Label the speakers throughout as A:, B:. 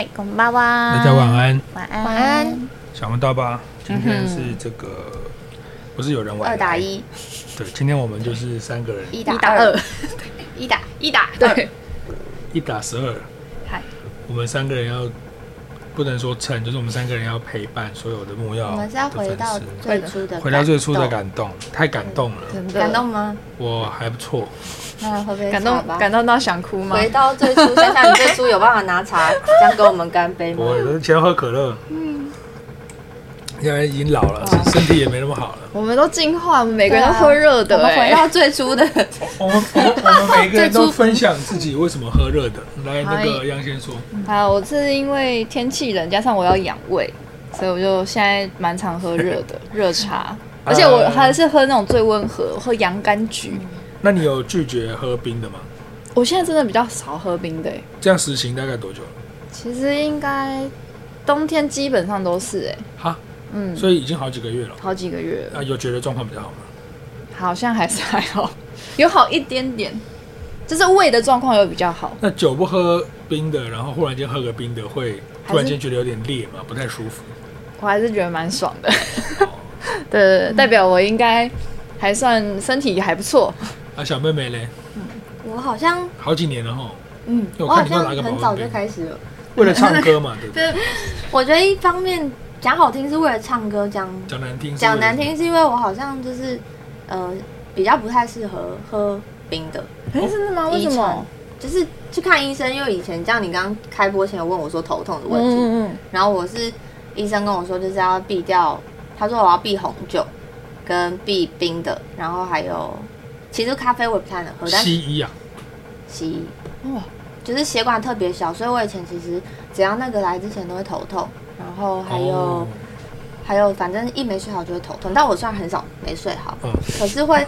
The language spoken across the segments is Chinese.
A: 哎，こんばんは。
B: 大家晚。安，
A: 晚安。
C: 晚安。
B: 想不到吧？今天是这个，不是有人玩
C: 二打，一，
B: 对，今天我们就是三个人
C: 一
A: 一
C: 打
A: 打二
C: 二，， 一打一打二，
A: 对，
B: 一打十二
C: 嗨，
B: 我们三个人要不能说撑，就是我们三个人要陪伴所有的木曜
C: 我们是要
B: 的粉丝，
C: 回到最初的，
B: 回到最初的感动，太感动了，
A: 真的
C: 感动吗？
B: 我还不错，
C: 那会不会
A: 感
C: 茶
A: 动
C: 吧
A: 感动到想哭吗？
C: 回到最初，珊珊，你最初有办法拿 茶这样跟我们干杯吗？
B: 我以前喝可乐，嗯，现在已经老了，身体也没那么好了，
D: 我们都进化，我们每个人都喝热
C: 我
D: 的、
C: 们回
D: 欸。
C: 到最初的，
B: 我们我们我们每个人
C: 最
B: 都
C: 初
B: 分享自己为什么喝热的，来那
D: 好
B: 个杨先说，
D: 好，我是因为天气冷，加上我要养胃，所以我就现在蛮常喝热 的热茶，而且我还是喝那种最温和，我喝洋甘菊。
B: 那你有拒绝喝冰的吗？
D: 我现在真的比较少喝冰的欸、
B: 这样实行大概多久了？
D: 其实应该冬天基本上都是哎、
B: 哈，
D: 嗯，
B: 所以已经好几个月了。
D: 好几个月了，
B: 啊，有觉得状况比较好吗？
D: 好像还是还好，有好一点点，就是胃的状况有比较好。
B: 那酒不喝冰的，然后忽然间喝个冰的，会突然间觉得有点烈嘛，不太舒服。
D: 我还是觉得蛮爽的。对对对，代表我应该还算身体还不错。
B: 啊，小妹妹嘞，
C: 我好像，
B: 好几年了吼，
C: 嗯，
B: 我
C: 我
B: 看
C: 好
B: 你都
C: 像
B: 拿个保
C: 很
B: 温
C: 早就
B: 杯
C: 开始了。
B: 为了唱歌 嘛，对不对？
C: 对，我觉得一方面讲好听是为了唱歌，讲
B: 讲难听，
C: 讲难，听是因为我好像就是，呃，比较不太适合喝冰的。
D: 哎、真的吗
C: 遗传？就是去看医生，因为以前像你刚刚开播前有问我说头痛的问题，
D: 嗯嗯
C: 然后我是医生跟我说就是要避掉，他说我要避红酒，跟避冰的，然后还有其实咖啡我也不太能喝，但是
B: 西医啊，
C: 吸
D: 嗯，哇，
C: 就是血管特别小，所以我以前其实只要那个来之前都会头痛，然后还有、
B: 哦
C: 还有反正一没睡好就会头痛，但我虽然很少没睡好，
B: 嗯
C: 可是会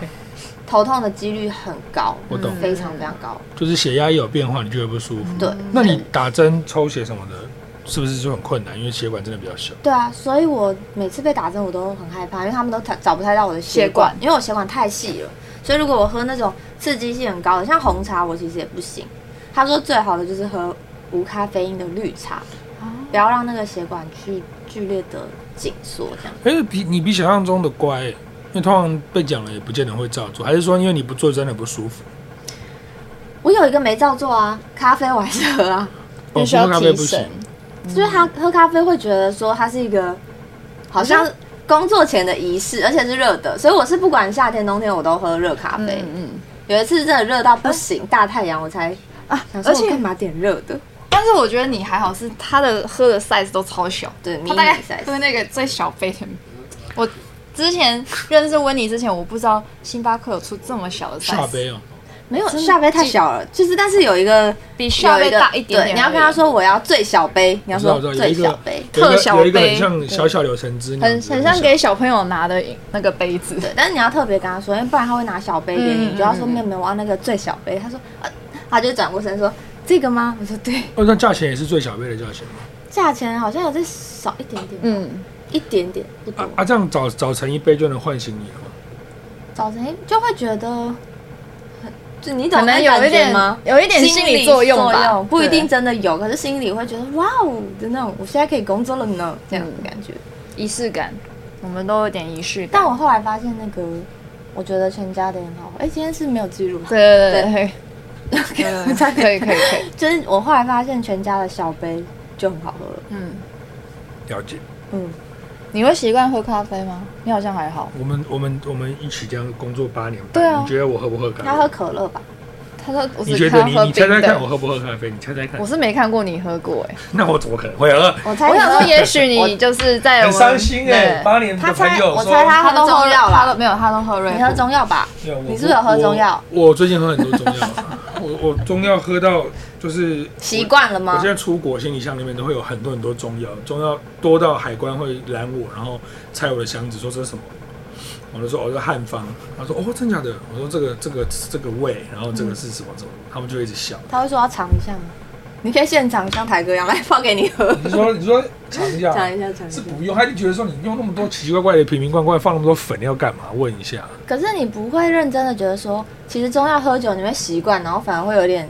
C: 头痛的几率很高，
B: 我懂
C: 非常非常高，
B: 就是血压一有变化，你就会不舒服。
C: 对。
B: 那你打针、抽血什么的，是不是就很困难？因为血管真的比较小。
C: 对啊，所以我每次被打针我都很害怕，因为他们都找找不太到我的血
D: 血管
C: 管，因为我血管太细了。所以如果我喝那种刺激性很高的，像红茶，我其实也不行。他说最好的就是喝无咖啡因的绿茶，
D: 哦
C: 不要让那个血管去剧烈的紧缩，这样。
B: 哎，比你比想象中的乖、因为通常被讲了也不见得会照做，还是说因为你不做真的不舒服？
C: 我有一个没照做啊，咖啡我还是喝啊，
B: 哦
D: 必须要
B: 不喝咖啡
D: 提
B: 不行
D: 神。嗯
C: 就是他喝咖啡会觉得说它是一个好像工作前的仪式，而且是热的，所以我是不管夏天冬天我都喝热咖啡。
D: 嗯嗯。
C: 有一次真的热到不行，大太阳我才
D: 啊
C: 想，说
D: 而
C: 我
D: 且
C: 干嘛点热的？
D: 但是我觉得你还好，是他的喝的 size 都超小，
C: 对
D: 他大概
C: mini size
D: 喝那个最小杯的。我之前认识温妮之前，我不知道星巴克有出这么小的 size，
B: 下杯哦，
C: 没有，
D: 真的
C: 下杯太小了，就是但是有一个
D: 比下
C: 有
D: 杯
C: 一个
D: 大一点点而已。
C: 对，你要跟他说我要最小杯，你要
B: 我知道，
C: 说
B: 我知道，有
C: 最
B: 一个
C: 小杯，
B: 有一个
D: 特小
B: 有一个很
D: 杯
B: 像小小柳橙汁那样
D: 很
B: 子，
D: 很像给嗯小朋友拿的那个杯子。
C: 对，但是你要特别跟他说，因为哎不然他会拿小杯给你，
D: 嗯
C: 你就要
D: 嗯
C: 说
D: 嗯
C: 没有没有，我要那个最小杯。他说呃，他就转过身说这个吗？我说对，
B: 哦，那价钱也是最小杯的价钱吗
C: 价钱好像有再少一点点，
D: 嗯。
C: 一点点不多
B: 啊，啊，这样早早晨一杯就能唤醒你了吗？
C: 早晨就会觉得很，就你懂
D: 可能
C: 那
D: 有
C: 感
D: 一
C: 觉
D: 点
C: 吗？
D: 有一点心理作用吧
C: 作用不一定
D: 对
C: 真的有，可是心里会觉得哇哦的那种，我现在可以工作了呢，这样的感觉。
D: 仪式感，我们都有点仪式感。
C: 但我后来发现那个，我觉得全家的很好，哎，今天是没有记录，
D: 对对对对对
C: 再
D: 对， 可以可以可以，
C: 就是我后来发现全家的小杯就很好喝了，
D: 嗯，
B: 了解，
C: 嗯，
D: 你会习惯喝咖啡吗？你好像还好。
B: 我们我们我们一起这样工作八年半，
D: 对啊
B: 你觉得我喝不喝咖
C: 他喝
B: 啡？
C: 可乐吧，
D: 他说我
B: 你
D: 只
B: 觉
D: 看
B: 得
D: 到
B: 你
D: 喝
B: 你猜
D: 冰
B: 猜看我
D: 的，
B: 喝不喝咖啡？你猜猜看
D: 我，是没看过你喝过哎。
B: 那我怎么可能会喝？
C: 我猜
D: 我想
C: 他
D: 说，也许你就是在我
B: 很
D: 们
B: 伤心哎，
D: 对
B: 八年的
C: 他
B: 朋
C: 猜
B: 友
C: 我
B: 说
C: 猜他
D: 他都
C: 喝
D: 喝
C: 中药啦
D: 他都没有，他都喝瑞
C: 你喝
D: 普。
C: 中药吧，
B: 没我
C: 你是不是有喝中药？
B: 我我最近喝很多中药， 我我中药喝到就是
C: 习惯了
B: 我
C: 吗
B: 现？在出国行李箱里面都会有很多很多中药，中药多到海关会拦我，然后拆我的箱子说这是什么，我就说哦这汉方，他说哦真假的，我说这个这个这个味，然后这个是什么什么，他们就一直笑。
C: 他会说要尝一下吗？你可以现场像台哥一样来泡给你喝，
B: 你说你说尝一下，
C: 尝一下尝一
B: 是
C: 下。
B: 不用，他就觉得说你用那么多奇奇怪怪的瓶瓶罐罐，放那么多粉要干嘛？问一下，
C: 可是你不会认真的觉得说，其实中药喝酒你会习惯，然后反而会有点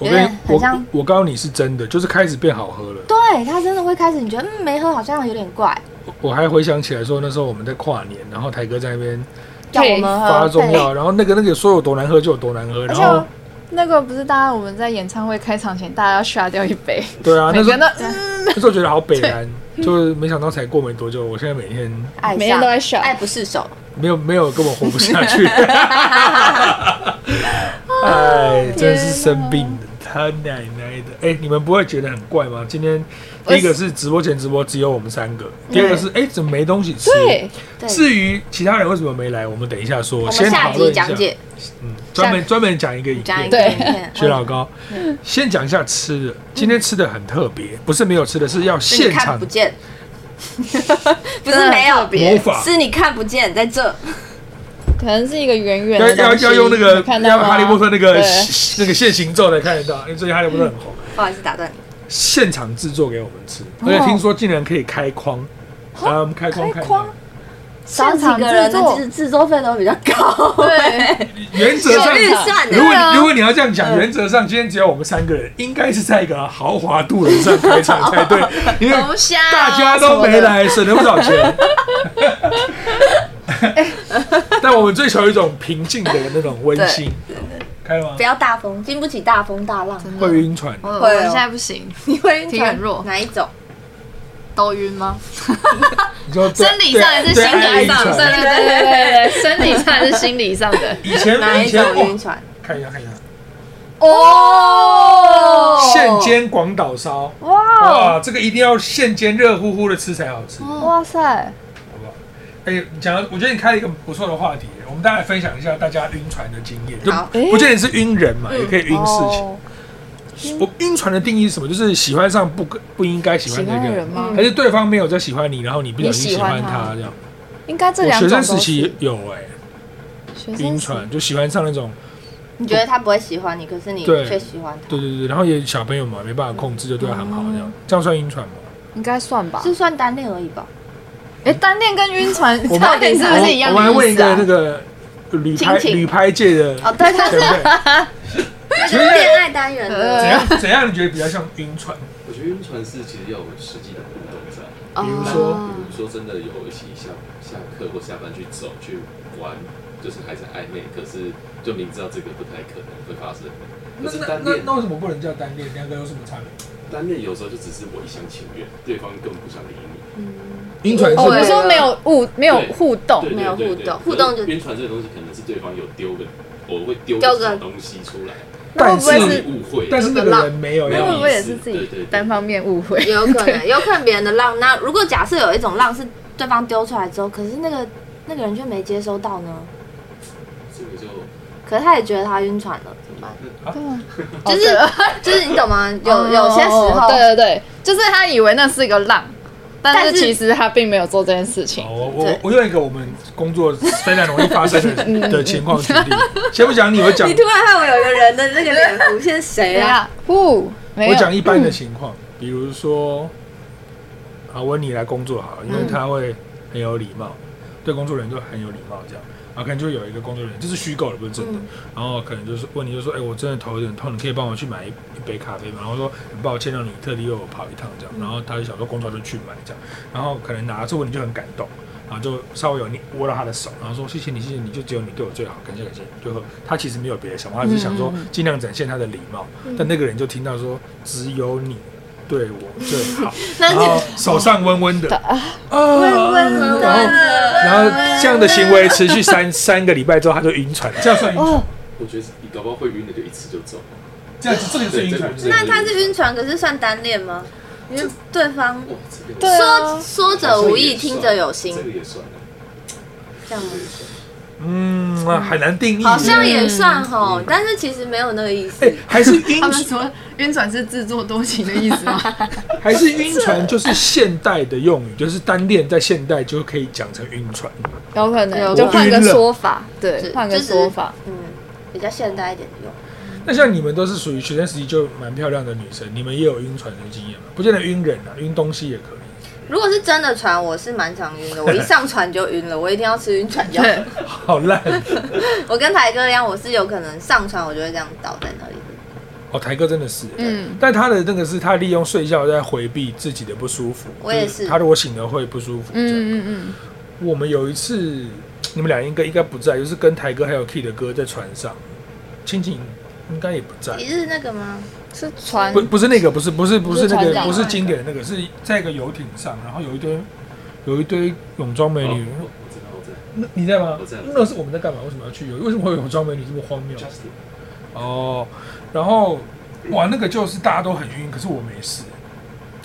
B: 我跟
C: 有
B: 你
C: 点很
B: 我
C: 像
B: 我告诉你是真的，就是开始变好喝了。
C: 对它真的会开始，你觉得嗯没喝好像有点怪，
B: 我还回想起来说，那时候我们在跨年，然后台哥在那边
C: 叫
D: 对
C: 我们喝
B: 发中
C: 啊对
B: 药，然后那个那个说有多难喝就有多难喝，
D: 而
B: 然
D: 且
B: 后
D: 我那个不是大家我们在演唱会开场前，大家要刷掉一杯，
B: 对啊，那
D: 每
B: 时
D: 个人
B: 候
D: 都嗯
B: 那时候觉得好北然，就是没想到才过没多久，我现在每天
C: 爱
D: 每天
C: 上
D: 都在刷
C: 爱不释手，
B: 没有没有根本活不下去， 哎，真是生病的，他奶奶的！哎，你们不会觉得很怪吗？今天
D: 我
B: 第一个是直播前直播只有我们三个，第二个是哎怎么没东西吃？
D: 对，
C: 对，
B: 至于其他人为什么没来，我们等一下说，
C: 我
B: 先
C: 们下
B: 讨论
C: 集
B: 一下
C: 讲，解
B: 嗯，专门专门讲一个影
C: 讲一
B: 片。
C: 嗯个嗯
D: 对
C: 影片，
B: 学老高，先讲一下吃的。今天吃的很特别，不是没有吃的，是要
C: 嗯是你
B: 现
C: 看
B: 场
C: 不 见，不是没有
B: 模仿
C: 是你看不见，在这
D: 可能是一个圆圆
B: 要
D: 的
B: 要
D: 东西
B: 要用那个
D: 你看
B: 要
D: 到吗
B: 哈利波特那个
D: 对
B: 那个现行咒才看得到，因为最近哈利波特很红，
C: 不好意思打断你，
B: 现场制作给我们吃，
C: 哦
B: 而且听说竟然可以开框，来我们开框看
D: 开
B: 一
D: 框
B: 下。
C: 少
D: 现
C: 几
D: 场
C: 个人
D: 制
C: 呢，
D: 作
C: 其，实制作费都比较高，
D: 对，
B: 原则上
C: 有，预算
B: 如果
C: 的，嗯
D: 对啊
B: 你如果你要这样讲，原则上今天只有我们三个人，应该是在一个豪华渡轮上开场才 对，因为
D: 龙虾啊
B: 大家都没来，省了不少钱。 但我们追求一种平静的那种温馨，开了吗
C: 不？要大风，经不起大风大浪，
D: 什么的，
B: 会晕船，
D: 我呃我
C: 会哦
D: 现在不行，
C: 你会晕
D: 体
C: 船
D: 很弱
C: 哪一种？
D: 都晕吗？
B: 你说对
D: 生理上还是心
B: 对对爱
D: 理
B: 晕
D: 上？对
B: 船
D: 对对对对对，生理上还是心理上的？
B: 以前
C: 哪
B: 以
C: 一
B: 前
C: 种
B: 哇
C: 晕，船？
B: 看一下看一下，
D: 哦
B: 现煎广岛烧，
D: 哇哦
B: 哇，这个一定要现煎热乎乎的吃才好吃，好
D: 哇塞，
B: 不好？哎、你讲到，我觉得你开了一个不错的话题，我们大家来分享一下大家晕船的经验，就
C: 好
B: 不见得是晕人嘛，也可以晕事情。
D: 哎哦
B: 我晕船的定义是什么？就是喜欢上不跟不应该喜欢的一个
D: 喜欢的人吗
B: 还是对方没有在喜欢你，然后你不小心
D: 你
B: 喜
D: 喜欢
B: 欢
D: 他
B: 他这样？
D: 应该这
B: 我
D: 两
B: 学
D: 种
B: 生
D: 都
B: 时
D: 是
B: 期有哎、
D: 学生
B: 晕
D: 时
B: 船就喜欢上那种，
C: 你觉得他不会喜欢你，可是你
B: 对
C: 却喜欢他，
B: 对对对，然后也小朋友嘛，没办法控制，就对他很
D: 嗯
B: 好这样，这样算晕船吗？
D: 应该算吧。
C: 是算单恋而已吧？
D: 哎，单恋跟晕船
B: 我们
D: 到底是不是一样
B: 我们来
D: 的
B: 问一
D: 意思
B: 个那
D: 啊？
B: 个旅拍
C: 亲情
B: 旅拍界的
C: 哦，对对
B: 前辈，
C: 对，那就是恋爱单元的。
B: 怎样怎样你觉得比较像晕船？
E: 我觉得晕船是其实要有实际的互动在，
B: 比如说
E: 比如说真的有一起下下课或下班去走去玩，就是还在暧昧，可是就明知道这个不太可能会发生。
B: 那
E: 可是
B: 那
E: 单
B: 那
E: 恋
B: 那为什么不能叫单恋？两个有什么差别？
E: 单恋有时候就只是我一厢情愿，对方根本不想理你，
B: 晕船
D: 哦，我
B: 是
D: 们说没有互没有
E: 对
D: 互动，
E: 对
C: 没有
E: 对
C: 互
E: 对
C: 动
E: 对
C: 互动
E: 可是
C: 就
E: 晕船这个东西可能是对方有丢个，我会丢
C: 丢
E: 个
C: 个
E: 小东西出来，
D: 那会
B: 但
D: 不会
E: 让
D: 是
B: 是
E: 你误会。
B: 但是那个人没有
E: 没
D: 那
E: 有
B: 要
D: 会不会也是
E: 意思
D: 自己
E: 对对对
D: 单方面误会？
C: 有可能，有可能别人的浪。那如果假设有一种浪是对方丢出来之后，可是那个那个人却没接收到呢？
E: 这个就
C: 可是他也觉得他晕船了，怎么办？
D: 就
C: 就是是就是你懂吗？有有些 时
D: 哦
C: 候，
D: 对对对，就是他以为那是一个浪，但
C: 但
D: 是
C: 是
D: 其实他并没有做这件事情
B: 好，。哦我我
C: 对
B: 我用一个我们工作非常容易发生的的情况举例，先不讲你，我讲
C: 你突然害我有一个人的那个脸浮现谁
D: 对
C: 啊？
D: 呀，不，没
B: 我讲
D: 有，
B: 一般的情况，比如说，啊，我问你来工作好了，因为他会很有礼貌，
D: 嗯
B: 对工作人员就很有礼貌，这样，啊，可能就有一个工作人员，这是虚构的，不是真的，
C: 嗯
B: 然后可能就是问你就说，哎、我真的头有点痛，你可以帮我去买一一杯咖啡吗？然后说很抱歉让你特地为我跑一趟这样，然后他就想说工作就去买这样，然后可能拿出你就很感动。然后就稍微有你握到他的手，然后说谢谢你，谢谢你，就只有你对我最好，感谢感谢。最后他其实没有别的想法，他只是想说
C: 嗯
B: 尽量展现他的礼貌，但那个人就听到说只有你对我最好，
C: 那
B: 然
C: 你
B: 后手上温温 的，啊，
C: 问问
B: 然后
C: 的，
B: 然后这样的行为持续 三三个礼拜之后，他就晕船，这样算晕
C: 哦
B: 船，
E: 我觉得是你搞不好会晕的就一次就走。
B: 这样子这个是晕船，
E: 对
B: 这
E: 对
B: 个
C: 那他是晕船，可是算单恋吗？因为对方
E: 哇，这个
D: 对啊
C: 说说者无意，听者有心
E: 这，个也算啊，
C: 这样
E: 这
C: 吗
E: 个？也算。
B: 嗯啊很难定义，
C: 好像也算吼，但是其实没有那个意思
B: 哎。还是晕
D: 他们说晕船是自作多情的意思吗？
B: 还是晕船，就是现代的用语，就是单恋在现代就可以讲成晕船，
D: 有可能，
C: 我
D: 就换个
B: 啊晕了
D: 说法，
C: 是
D: 对，换个
C: 就是
D: 说法。
C: 嗯，比较现代一点的用。
B: 那像你们都是属于学生时期就蛮漂亮的女生，你们也有晕船的经验吗？不见得晕人啊，晕东西也可以。
C: 如果是真的船，我是蛮常晕的。我一上船就晕了，我一定要吃晕船药。
D: 对，
B: 好烂
C: 我跟台哥一样，我是有可能上船我就会这样倒在那里。
B: 哦，台哥真的是，
D: 嗯，
B: 但他的那个是他利用睡觉在回避自己的不舒服。
C: 我也
B: 就是他如果醒了会不舒服。嗯，
D: 嗯嗯
B: 我们有一次，你们俩应该应该不在，就是跟台哥还有 Key 的哥在船上，青青应该也不在。
C: 一日那个吗？
D: 嗯，是船
B: 不不是那个，不是不是不是那
D: 船
B: 个，
D: 长
B: 不是经典的那个，是在一个游艇上，然后有一堆有一堆泳装美女。
E: 哦我知道我知道
B: 那你在吗
E: 我在？
B: 那是我们在干嘛？为什么要去游？为什么会有泳装美女这么荒谬？
E: ，Justin，
B: 哦，然后哇，那个就是大家都很晕，可是我没事。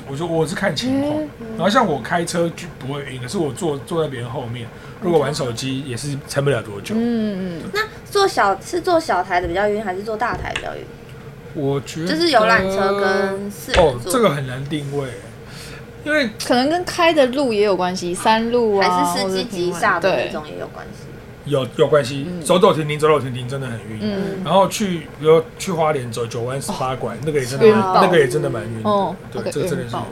B: 我说我是看情况，然后像我开车就不会晕，可是我坐坐在别人后面，如果玩手机也是撑不了多久。
D: 嗯嗯，
C: 那坐小是坐小台的比较晕，还是坐大台比较晕？
B: 我觉得
C: 就是游览车跟四人
B: 哦，
C: 座，
B: 这个很难定位，因为
D: 可能跟开的路也有关系，山路啊，
C: 还是司机急
D: 下
C: 刹的那种也有关系。
B: 有有关系，走走停停，走走停停真的很晕。
D: 嗯，
B: 然后去，比如去花莲走九弯十八拐，那个也真的
D: 晕
B: 蛮，
D: 爆
B: 那个也真的蛮晕的。
D: 哦那
B: 对，
D: 个
B: 这个真的
D: 晕
B: 是
D: 爆。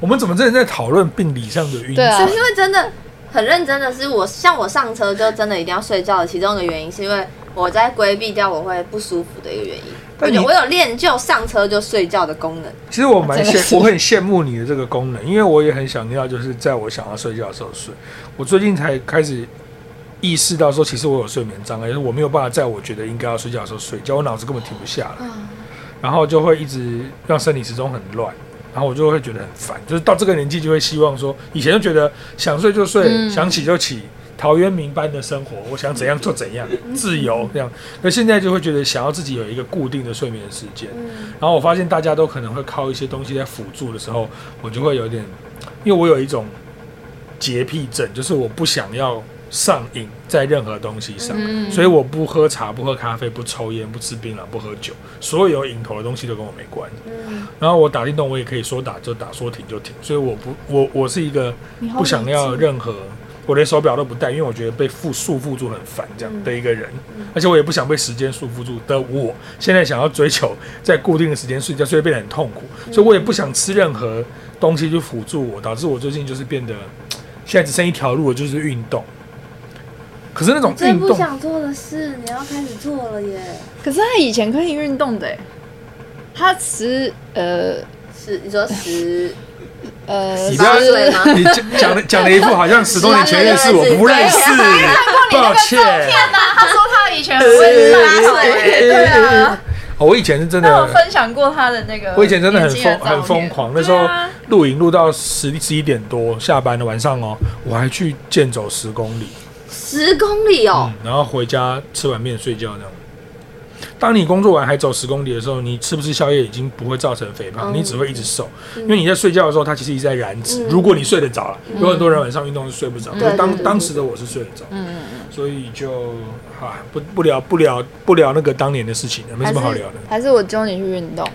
B: 我们怎么真的在讨论病理上的晕？
D: 对啊
C: 是因为真的很认真的是我，像我上车就真的一定要睡觉的其中一个原因，是因为我在规避掉我会不舒服的一个原因。我
B: 但你
C: 有我有练就上车就睡觉的功能，
B: 其实我蛮
D: 真的
B: 羡，
D: 是
B: 我很羡慕你的这个功能，因为我也很想要，就是在我想要睡觉的时候睡。我最近才开始意识到说，其实我有睡眠障碍，就是我没有办法在我觉得应该要睡觉的时候睡觉，我脑子根本停不下来，
D: 啊
B: 然后就会一直让身体始终很乱。然后我就会觉得很烦，就是到这个年纪就会希望说，以前就觉得想睡就睡，
D: 嗯
B: 想起就起，陶渊明般的生活，我想怎样就怎样，自由这样。可现在就会觉得想要自己有一个固定的睡眠时间，然后我发现大家都可能会靠一些东西在辅助的时候，我就会有点，因为我有一种洁癖症，就是我不想要上瘾在任何东西上，
D: 嗯
B: 所以我不喝茶、不喝咖啡、不抽烟、不吃槟榔、不喝酒，所有瘾头的东西都跟我没关。
C: 嗯，
B: 然后我打电动，我也可以说打就打，说停就停，所以我不，我我是一个不想要任何，我连手表都不戴，因为我觉得被束束缚住很烦这样的一个人，
C: 嗯
B: 而且我也不想被时间束缚住的我，现在想要追求在固定的时间睡觉，所以变得很痛苦，
C: 嗯
B: 所以我也不想吃任何东西去辅助我，导致我最近就是变得，现在只剩一条路了，就是运动。可是那种
C: 最
B: 运
C: 不
B: 动，
C: 想做的事你要开始做了耶。
D: 可是他以前可以运动的欸，他十呃
C: 是你说十
D: 呃，
B: 你
D: 十
B: 不要
C: 八岁吗？
B: 你讲讲的讲了一副好像十多年前认识我不认识，抱歉。
D: 他说他 以前
B: 呃对啊，哦我以前是真
D: 那我
B: 的，
D: 分享过他的那个，
B: 我以前真的很疯很疯狂，那时候露营露到十十一点多下班的晚上哦，我还去健走十公里，
C: 十公里哦
B: 嗯，，然后回家吃完面睡觉那种。当你工作完还走十公里的时候，你吃不吃宵夜已经不会造成肥胖，
C: 嗯
B: 你只会一直瘦，
D: 嗯
B: 因为你在睡觉的时候，它其实一直在燃脂。如果你睡得着了，有很多人晚上运动是睡不着，可是
C: 对
B: 当
C: 对对
B: 当时的我是睡得着，
D: 嗯嗯嗯，
B: 所以就啊不不聊不聊不聊那个当年的事情了，没什么好聊的。
D: 还是我揪你去运动，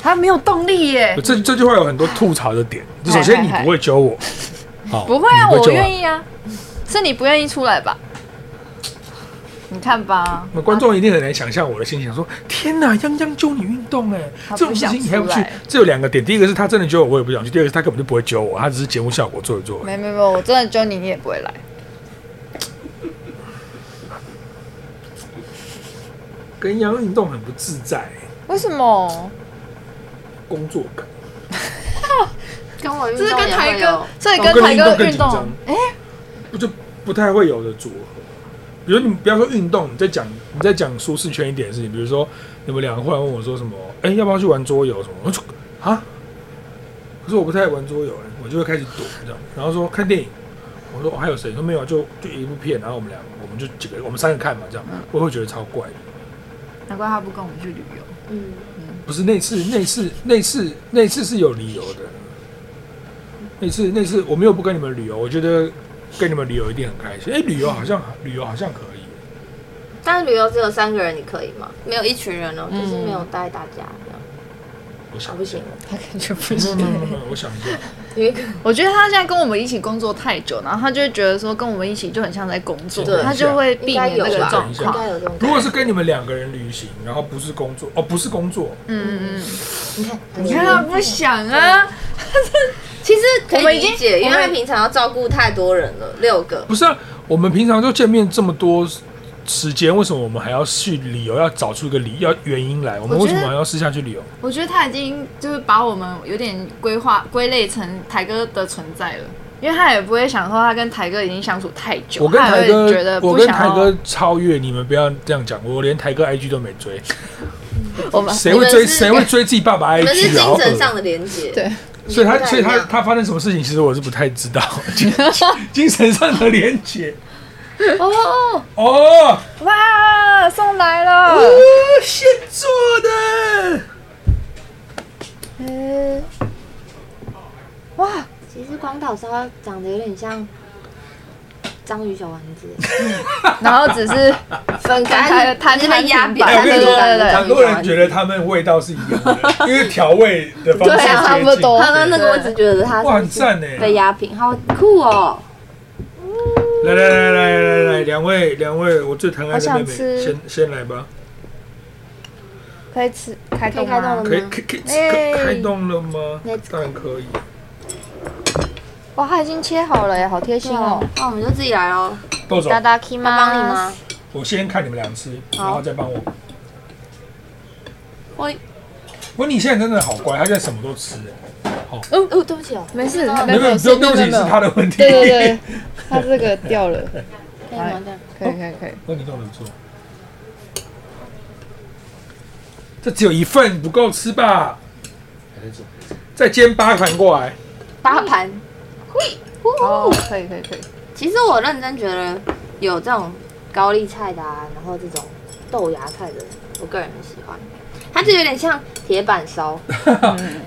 D: 他没有动力耶，
B: 这这句话有很多吐槽的点。首先， 你不会揪我，好，
D: 不会啊，
B: 你
D: 我
B: 揪
D: 愿。意啊，是你不愿意出来吧？你看吧，
B: 那观众一定很难想象我的心情，想说天哪，泱泱揪你运动哎、
D: 他不
B: 这种事情你还不
D: 想
B: 去
D: 出来？
B: 这有两个点，第一个是他真的揪我，我也不想去；第二个是他根本就不会揪我，他只是节目效果做一做而已。
D: 没没没，我真的揪你，你也不会来。
B: 跟泱泱运动很不自在、
D: 为什么？
B: 工作感，
C: 跟我运
D: 这是跟台哥，所以
B: 哦
D: 跟
B: 跟
D: 台
B: 运动
D: 哥
B: 更
D: 运
B: 紧张
D: 动，哎，
B: 不就不太会有的组合。比如你不要说运动，你在讲你在讲舒适圈一点的事情，比如说你们两个忽然问我说什么，哎、要不要去玩桌游什么？ 我就啊，可是我不太玩桌游、哎我就会开始躲这样。然后说看电影，我说、哦、还有谁？说没有啊，就就一部片，然后我们俩我们就几个我们三个看嘛，这样我会觉得超怪的。
D: 难怪他不跟我们去旅游。
C: 嗯，
B: 不是那次，那次，那次，那次是有理由的。那次，那次我没有不跟你们旅游，我觉得跟你们旅游一定很开心。哎、旅游好像旅游好像可以，
C: 但是旅游只有三个人，你可以吗？没有一群人
D: 嗯
C: 哦，就是没有带大家这样，
B: 我想
C: 啊不行，
D: 他感觉不
B: 一下，
D: 行
B: 没有没有没有，我想一下，
C: 有一个
D: 我觉得他现在跟我们一起工作太久，然后他就会觉得说跟我们一起就很像在工作
C: 对，
D: 他就会避
C: 应该
D: 免这
C: 有
D: 个
C: 吧，
D: 状
C: 应
D: 况。
C: 该有这种感觉。
B: 如果是跟你们两个人旅行，然后不是工作，哦，不是工作，
D: 嗯嗯嗯，
C: 你看，
D: 你看他不想啊，
C: 其实可
D: 我
C: 以
D: 们已经
C: 理解，因为
D: 我
C: 他
D: 们
C: 平常要照顾太多人了，六个。
B: 不是啊，我们平常就见面这么多时间，为什么我们还要去旅游？要找出一个理要原因来，我们
D: 我
B: 为
D: 觉
B: 什
D: 得
B: 么还要私下去旅游？
D: 我觉得他已经就是把我们有点规划归类成台哥的存在了，因为他也不会想说他跟台哥已经相处太久，
B: 我跟
D: 他
B: 台
D: 也会觉得
B: 哥，我
D: 不
B: 跟
D: 想
B: 台
D: 要。
B: 哥超越你们，不要这样讲，我连台哥 IG 都没追，
D: 我们
B: 谁会追
C: 你们是
B: 谁会追自己爸爸
C: 你们是
B: IG 啊？好
C: 精
B: 恶
C: 神上的连接，
D: 对
B: 所以
C: 你
B: 他
C: 们不太
B: 所以
C: 一
B: 他
D: 啊
C: 样
B: 他发生什么事情，其实我是不太知道， 精神上的连接
D: 哦
B: 哦，
D: 哇送来了，
B: 哦，现做的。
C: 呃
D: 哇
C: 其实广岛烧长得有点像章鱼小丸 子，
D: 然后只是
C: 分
D: 开了摊
C: 直接被压扁，
D: 摊
B: 哎我
D: 平
B: 跟你
D: 对
B: 说，
D: 对对啊
B: 很多人觉得他们味道是一样的，因为调味的方式接
D: 对啊
B: 近
D: 差不多
C: 刚刚那个我只觉得它
B: 哇，很
C: 是
B: 赞欸呢！
C: 被压平，好酷哦！
B: 来来来来来来，两位两位，我最疼爱的妹
D: 好想
B: 妹，
D: 吃
B: 先先来吧。
D: 可以吃开
C: 可
D: 动
C: 以开动
D: 吗
C: 了？
B: 可以
C: 吗
B: 可以可以
D: 哎
B: 可开动了吗
C: Let's？
B: 当然可以。
D: 哇，他已经切好了耶，好贴心
C: 啊
D: 哦。
C: 那我们就自己来哦喽，
B: 豆总，
D: 达达 K
C: 他
D: 妈
C: 帮你吗？？
B: 我先看你们俩吃，然后再帮我。
C: 我
B: 温妮现在真的好乖，她现在什么都吃。
C: 哦哦，对不起哦，
D: 没事，没
C: 没
B: 没有
D: 有没
B: 没
D: 有
B: 有，
D: 事，
B: 对
D: 没有
B: 不起，
D: 没
B: 是
D: 有。
B: 她的问题。
D: 对对对，他这个掉了，
C: 可以吗？这样
D: 可以可以可以。
B: 温妮弄得不错。这只有一份不够吃吧？
E: 还在做，
B: 再煎八盘过来。
C: 八盘。
D: 哦，可以可以可以。
C: 其实我认真觉得有这种高丽菜的啊，然后这种豆芽菜的，我个人很喜欢。它就有点像铁 板烧，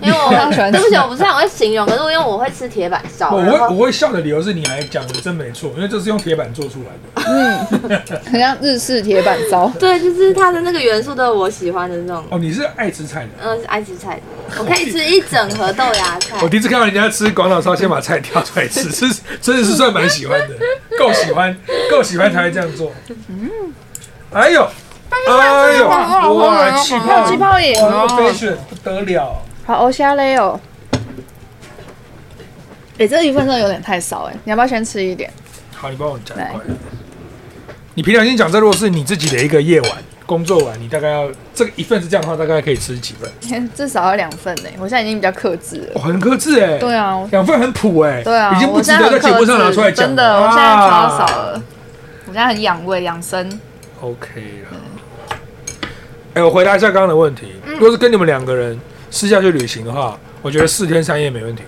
C: 因为我
D: 你好 喜欢吃
C: 对不起，我不是很会形容，可是因为我会吃铁板烧，
B: 我
C: 然
B: 会
C: 后
B: 我会笑的理由是你还讲的真没错，因为这是用铁板做出来的。
D: 很像日式铁板烧。
C: 对，就是它的那个元素都是我喜欢的那种，
B: 哦，你是爱吃菜的。
C: 嗯、是爱吃菜的，我可以吃一整盒豆芽菜
B: 我。第一次看到人家吃广岛烧，先把菜挑出来吃，是真的是算蛮喜欢的，够喜欢，够喜欢才会这样做。嗯，哎呦，哎呦，
D: 好喝
B: 哇，
D: 哦
B: 气泡
D: 气泡饮
B: 哇，那
D: 哦
B: 个飞雪不得了，
D: 好，欧虾嘞哦。哎、这一份真的有点太少哎，你要不要先吃一点？
B: 好，你帮我夹一块。你平常心讲，这如果是你自己的一个夜晚，工作完，你大概要这个一份是这样的话，大概可以吃几份？
D: 至少要两份呢，我现在已经比较克制了。
B: 哇，很克制哎。
D: 对啊，我
B: 两份很普哎、
D: 对啊，
B: 已经不
D: 我
B: 值
D: 现
B: 得在
D: 很
B: 节目上拿出来
D: 克制
B: 讲了。
D: 真的，我现在超少
B: 啊
D: 了。我现在很养胃养 生，
B: OK 了。哎、我回答一下刚刚的问题。
C: 嗯
B: 如果是跟你们两个人私下去旅行的话，我觉得四天三夜没问题，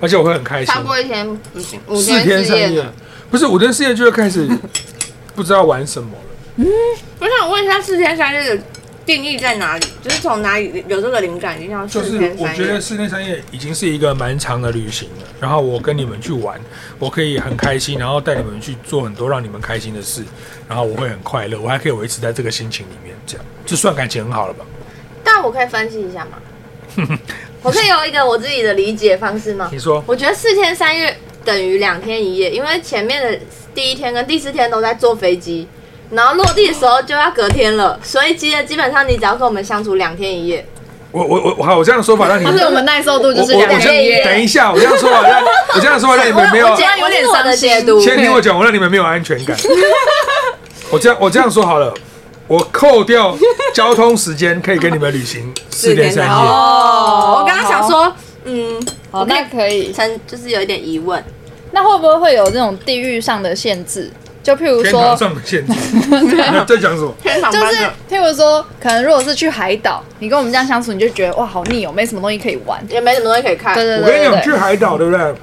B: 而且我会很开心
C: 超。过一天不行，五
B: 四天
C: 四
B: 三
C: 夜
B: 夜
C: 呢。，
B: 不是五天四夜就会开 始不知道玩什么了。
C: 我想问一下，四天三夜的定义在哪里？就是从哪里有这个灵感，一定要
B: 就
C: 四
B: 是
C: 天
B: 我
C: 三
B: 觉得
C: 夜？
B: 四天三夜已经是一个蛮长的旅行了。然后我跟你们去玩，我可以很开心，然后带你们去做很多让你们开心的事，然后我会很快乐，我还可以维持在这个心情里面，这样这算感情很好了吧？
C: 但我可以分析一下吗？ 我可以有一个我自己的理解方式吗
B: 你？说
C: 我觉得四天三夜等于两天一夜，因为前面的第一天跟第四天都在坐飞机，然后落地的时候就要隔天了，所以基基本上你只要跟我们相处两天一夜，
B: 我我我我好，我这样的说法让你
D: 但
B: 们
D: 是我们耐受度
B: 我
D: 就是
B: 我
D: 两
B: 我
D: 天一
B: 先
D: 夜。
B: 等一下，我这样说好像我这样说好像你们没有
C: 我，解有点
D: 我
C: 伤
D: 的
C: 解
D: 解
C: 读
D: 读。
B: 先听我讲，我让你们没有安全感。 我这样我这样说好了，我扣掉交通时间，可以跟你们旅行四天三
C: 哦，
B: 夜。
C: 我刚刚想说，嗯，
D: 好，那可以。
C: 成就是有一点疑问，
D: 那会不会会有这种地域上的限制？就譬如
B: 天
D: 说
B: 堂，上的限制，那在讲什么？
C: 天堂
D: 就
C: 般
D: 是
C: 的
D: 譬如说，可能如果是去海岛，你跟我们这样相处，你就觉得哇，好腻哦，没什么东西可以玩。
C: 也没什么东西可以看
D: 对，对
B: 我
D: 对
B: 跟你
D: 对
B: 讲，去
D: 对，
B: 海岛对不对？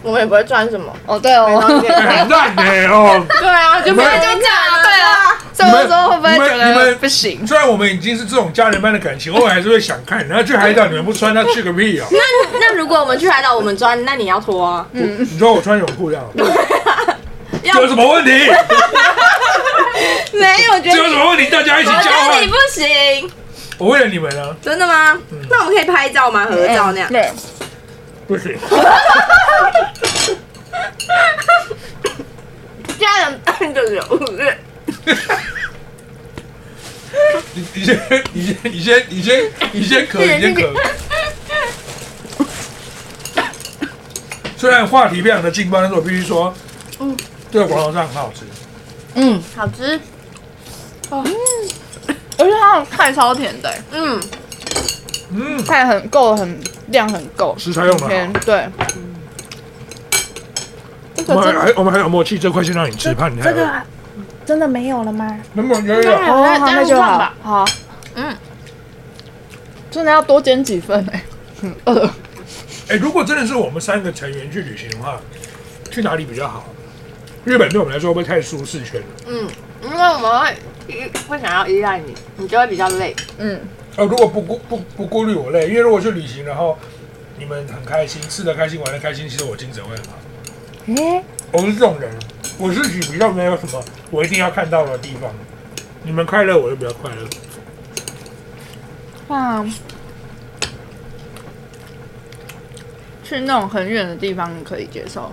C: 我们也不会赚什么，
D: 哦对
C: 没东西
D: 哦
C: 可以，
B: 哎
C: 看
B: 很烂哎哦！
C: 对啊，就
B: 你们
C: 本来就这样，对啊，
D: 所以我说会不会觉
B: 你们你
D: 得
B: 们
D: 不行？
B: 虽然我们已经是这种家人般的感情，偶尔还是会想看。然后去海岛，你们不穿，那去个屁啊！
C: 那那如果我们去海岛，我们赚，那你要脱啊，
B: 你说我穿泳裤这样，
C: 要
B: 这有什么问题？
C: 没有，我觉
B: 这有什么问题？大家一起
C: 我
B: 交
C: 哦觉得你
B: 换
C: 不。行，
B: 我为了你们啊呢，
C: 真的吗？
B: 嗯
C: 那我们可以拍照吗？合照那样？
D: 对，
B: 不行。
C: 家人办的人物，
B: 你你先，你先，你先，你先，你先咳，你先咳。虽然话题非常的劲爆，但是我必须说，嗯，这个广岛上很好吃。
D: 嗯，
C: 好吃，
D: 而且它的菜超甜的、
C: 嗯，
B: 嗯，
D: 菜很够，很量很够，
B: 食材用的
D: 甜
B: 好。
D: 对。这
B: 我们
D: 个
B: 还
D: 真
B: 还我们还有默契，这块先让你吃，怕你太
D: 这个真的没有了吗？
B: 那么有有
D: 哦，
C: 那
D: 好，
C: 这样
D: 那就
C: 算
D: 好
C: 吧，
D: 好，
C: 嗯，
D: 真的要多煎几份哎、 很饿。
B: 哎，如果真的是我们三个成员去旅行的话，去哪里比较好？日本对我们来说会不会太舒适圈了？
C: 嗯，因为我们会依会想要依赖你，你就会比较累。
D: 嗯，
B: 呃，如果不顾不不顾虑我累，因为如果去旅行，然后你们很开心，吃的开心，玩的开心，其实我精神会很好。
D: 哎、
B: 我是这种人，我自己比较没有什么我一定要看到的地方。你们快乐，我就比较快乐。
D: 哇，去那种很远的地方可以接受，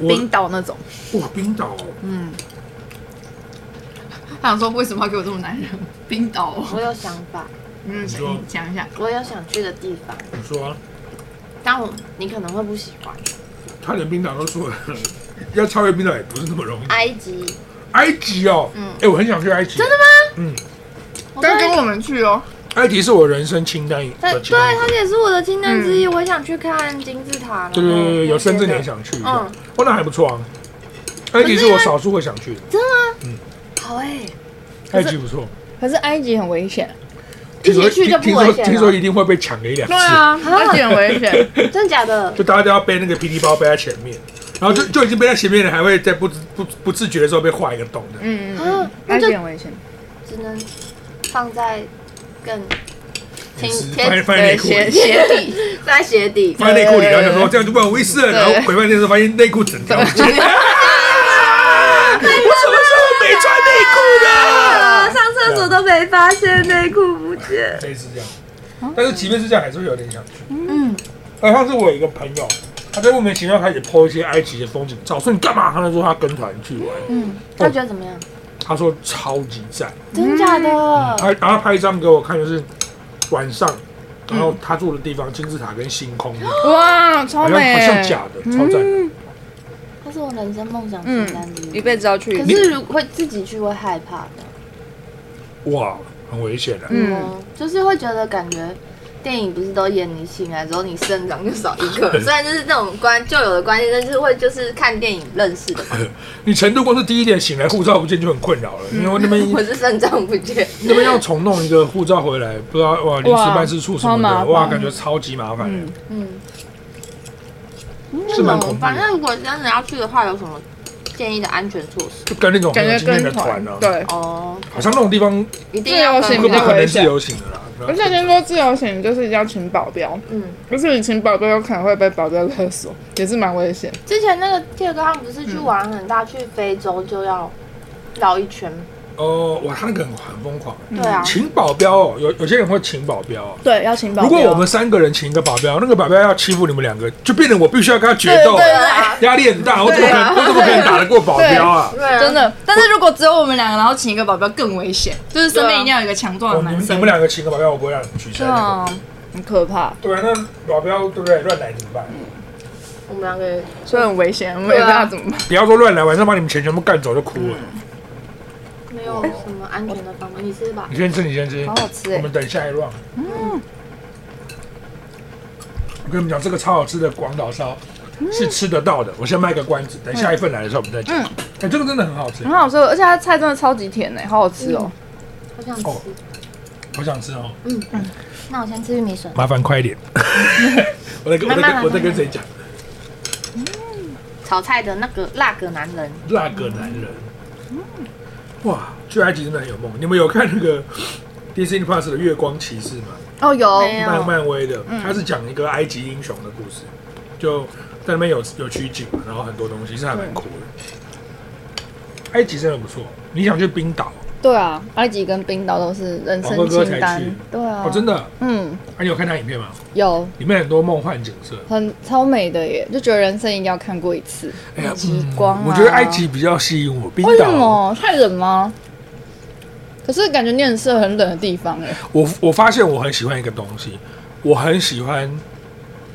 D: 冰
B: 我
D: 岛那种。
B: 哇，冰岛哦
D: 嗯，他想说为什么要给我这么难忍？ 冰岛哦，
C: 我有想法，
D: 嗯，
B: 说
D: 你讲一下。
C: 我有想去的地方，
B: 你说、啊，
C: 但我你可能会不喜欢。
B: 他连冰岛都说了，要超越冰岛也不是那么容易。
C: 埃及，
B: 埃及哦，
C: 嗯
B: 哎、我很想去埃及。真的吗？嗯，
D: 但跟我们去哦，
B: 埃及是我人生清单
C: 它
B: 的
C: 对，
B: 其中一
C: 它
B: 个。
C: 也是我的清单之一。我想去看金字塔。
B: 对对
C: 然后
B: 对对，有生之年
C: 觉
B: 想去一下。
C: 嗯
B: 哦，那还不错啊。埃及是我少数会想去的，
C: 得好哎、
B: 埃及不错。
D: 可是埃及很危险。
C: 一
B: 听说
C: 起去就不
B: 听
C: 危
B: 说
C: 险了
B: 听说一定会被抢个一两次。
D: 对啊，埃及很危 险。
C: 真假的？啊
B: 就大家都要背那个霹雳包背在前面，然后就就已经背在前面了，还会在不知不不自觉的时候被划一个洞的。
D: 嗯嗯嗯
C: 啊，
D: 埃
C: 那就
D: 及很危险。
C: 只能放在更
B: 你是
C: 贴
B: 放在放在内裤
D: 鞋
B: 里，
D: 鞋底，
C: 在鞋底。
B: 放在内裤里，
D: 对
B: 然后想说这样就不好意思了，然后回饭店的时候发现内裤整条不见了。啊我什么时候没穿内裤
C: 啊，上厕所都没发现内裤不见
B: 的？。类似这样，但是即便是这样，还是会有点想去。
C: 哦嗯，
B: 呃，上次我有一个朋友，他在莫名其妙开始 po 一些埃及的风景照，说你干嘛？他就说他跟团去玩，
C: 嗯
B: 哦
C: 他觉得怎么样？
B: 他说超级赞。嗯
C: 真假的？
B: 他然后拍一张给我看，就是晚上，然后他住的地方金字塔跟星空，
C: 嗯
D: 哇，超
B: 好像
D: 美。
B: 好像假的，超赞。
C: 他是我人生梦想清单之一。
D: 嗯一辈子要去
C: 可
D: 一次。
C: 是如会自己去会害怕的，
B: 哇，很危险啊的。
D: 嗯
C: 嗯，就是会觉得感觉电影不是都演你醒来之后你肾脏就少一个，虽然就是那种关旧有的关系，但是会就是看电影认识的嘛。
B: 你程度光是第一点醒来护照不见就很困扰了，因为那
C: 我
B: 边
C: 是肾脏不见，
B: 那边要重弄一个护照回来，不知道哇临时办事处什么
D: 哇超麻
B: 的，
D: 烦
B: 哇感觉超级麻烦的，
C: 嗯，
D: 嗯
B: 是蛮恐怖
C: 哦反
B: 的。
C: 正如果真的要去的话，有什么建议的安全措施？
B: 就跟那种很
D: 感
B: 有
D: 觉
B: 经验的
D: 跟
B: 团
D: 团
B: 啊，，
D: 对。
C: 哦，
B: 好像那种地方
C: 一定要
D: 自由
B: 不
D: 行
B: 不
D: 比较
B: 可能
D: 危
B: 自
D: 险
B: 由行的啦。
D: 而且听说自由行就是要请保镖，
C: 嗯，
D: 可是你请保镖有可能会被保镖勒索，也是蛮危险。
C: 之前那个铁哥他们不是去玩很大，去非洲就要绕一圈，
B: 哦，哇，他那个很很疯狂，
C: 对啊，
B: 请保镖哦，有有些人会请保镖哦。
D: 对，要请保
B: 如果我们三个人请一个保镖，那个保镖要欺负你们两个，就变成我必须要跟他决斗，
D: 对啊
C: 对啊，
B: 压力很大。我怎么可能，我怎么可能打得过保镖啊？
C: 对啊，
D: 真的，但是如果只有我们两个，然后请一个保镖更危险，就是身边一定要有一个强壮
B: 哦
D: 的
B: 你
D: 男
B: 们你
D: 生
B: 们。两个请个保镖，我不会让你们取消
D: 啊对。啊，很可怕，
B: 对啊，那保镖对不对？乱来怎么办？
C: 我们两个
D: 所以很危险，我们也不知道怎么办。
B: 不要说乱来，晚上把你们钱全部干走就哭了。
C: 嗯没有什么安全的方法，你吃吧。
B: 你先吃，你先吃，
D: 好好吃
B: 我
D: 哎
B: 们，等下一 round。我跟你们讲，这个超好吃的广岛烧
C: 嗯
B: 是吃得到的。我先卖个关子，等下一份来的时候我们再讲。哎，这个真的很好吃
D: 很，
C: 嗯
D: 好吃，而且它的菜真的超级甜哎，好好吃哦。
C: 好想
B: 哦
C: 吃，
B: 好想吃哦。
C: 嗯那我先吃玉米笋。
B: 麻烦快一 点。我在跟我在跟我在跟谁讲？
C: 炒菜的那个辣个男人，
B: 那个男人。
C: 嗯
B: 哇，去埃及真的很有梦。你们有看那个 Disney Plus 的《月光骑士》吗？
D: 哦，有嗯
C: 没有
B: 漫漫威的，它是讲一个埃及英雄的故事，就在那边有有取景嘛，然后很多东西是还蛮酷的。埃及真的不错，你想去冰岛？
D: 对啊，埃及跟冰岛都是人
B: 王
D: 生
B: 哦哥哥
D: 清
B: 才去
D: 单。对啊
B: 哦，，真的？
D: 嗯，
B: 啊，你有看那影片吗？
D: 有
B: 里面很多梦幻景色。
D: 很超美的耶，就觉得人生一定要看过一次。
B: 哎呀，
D: 极光啊
B: 我觉得埃及比较吸引我。冰
D: 为什
B: 岛，
D: 么太冷吗？可是感觉你很适合很冷的地方哎。
B: 我我发现我很喜欢一个东西，我很喜欢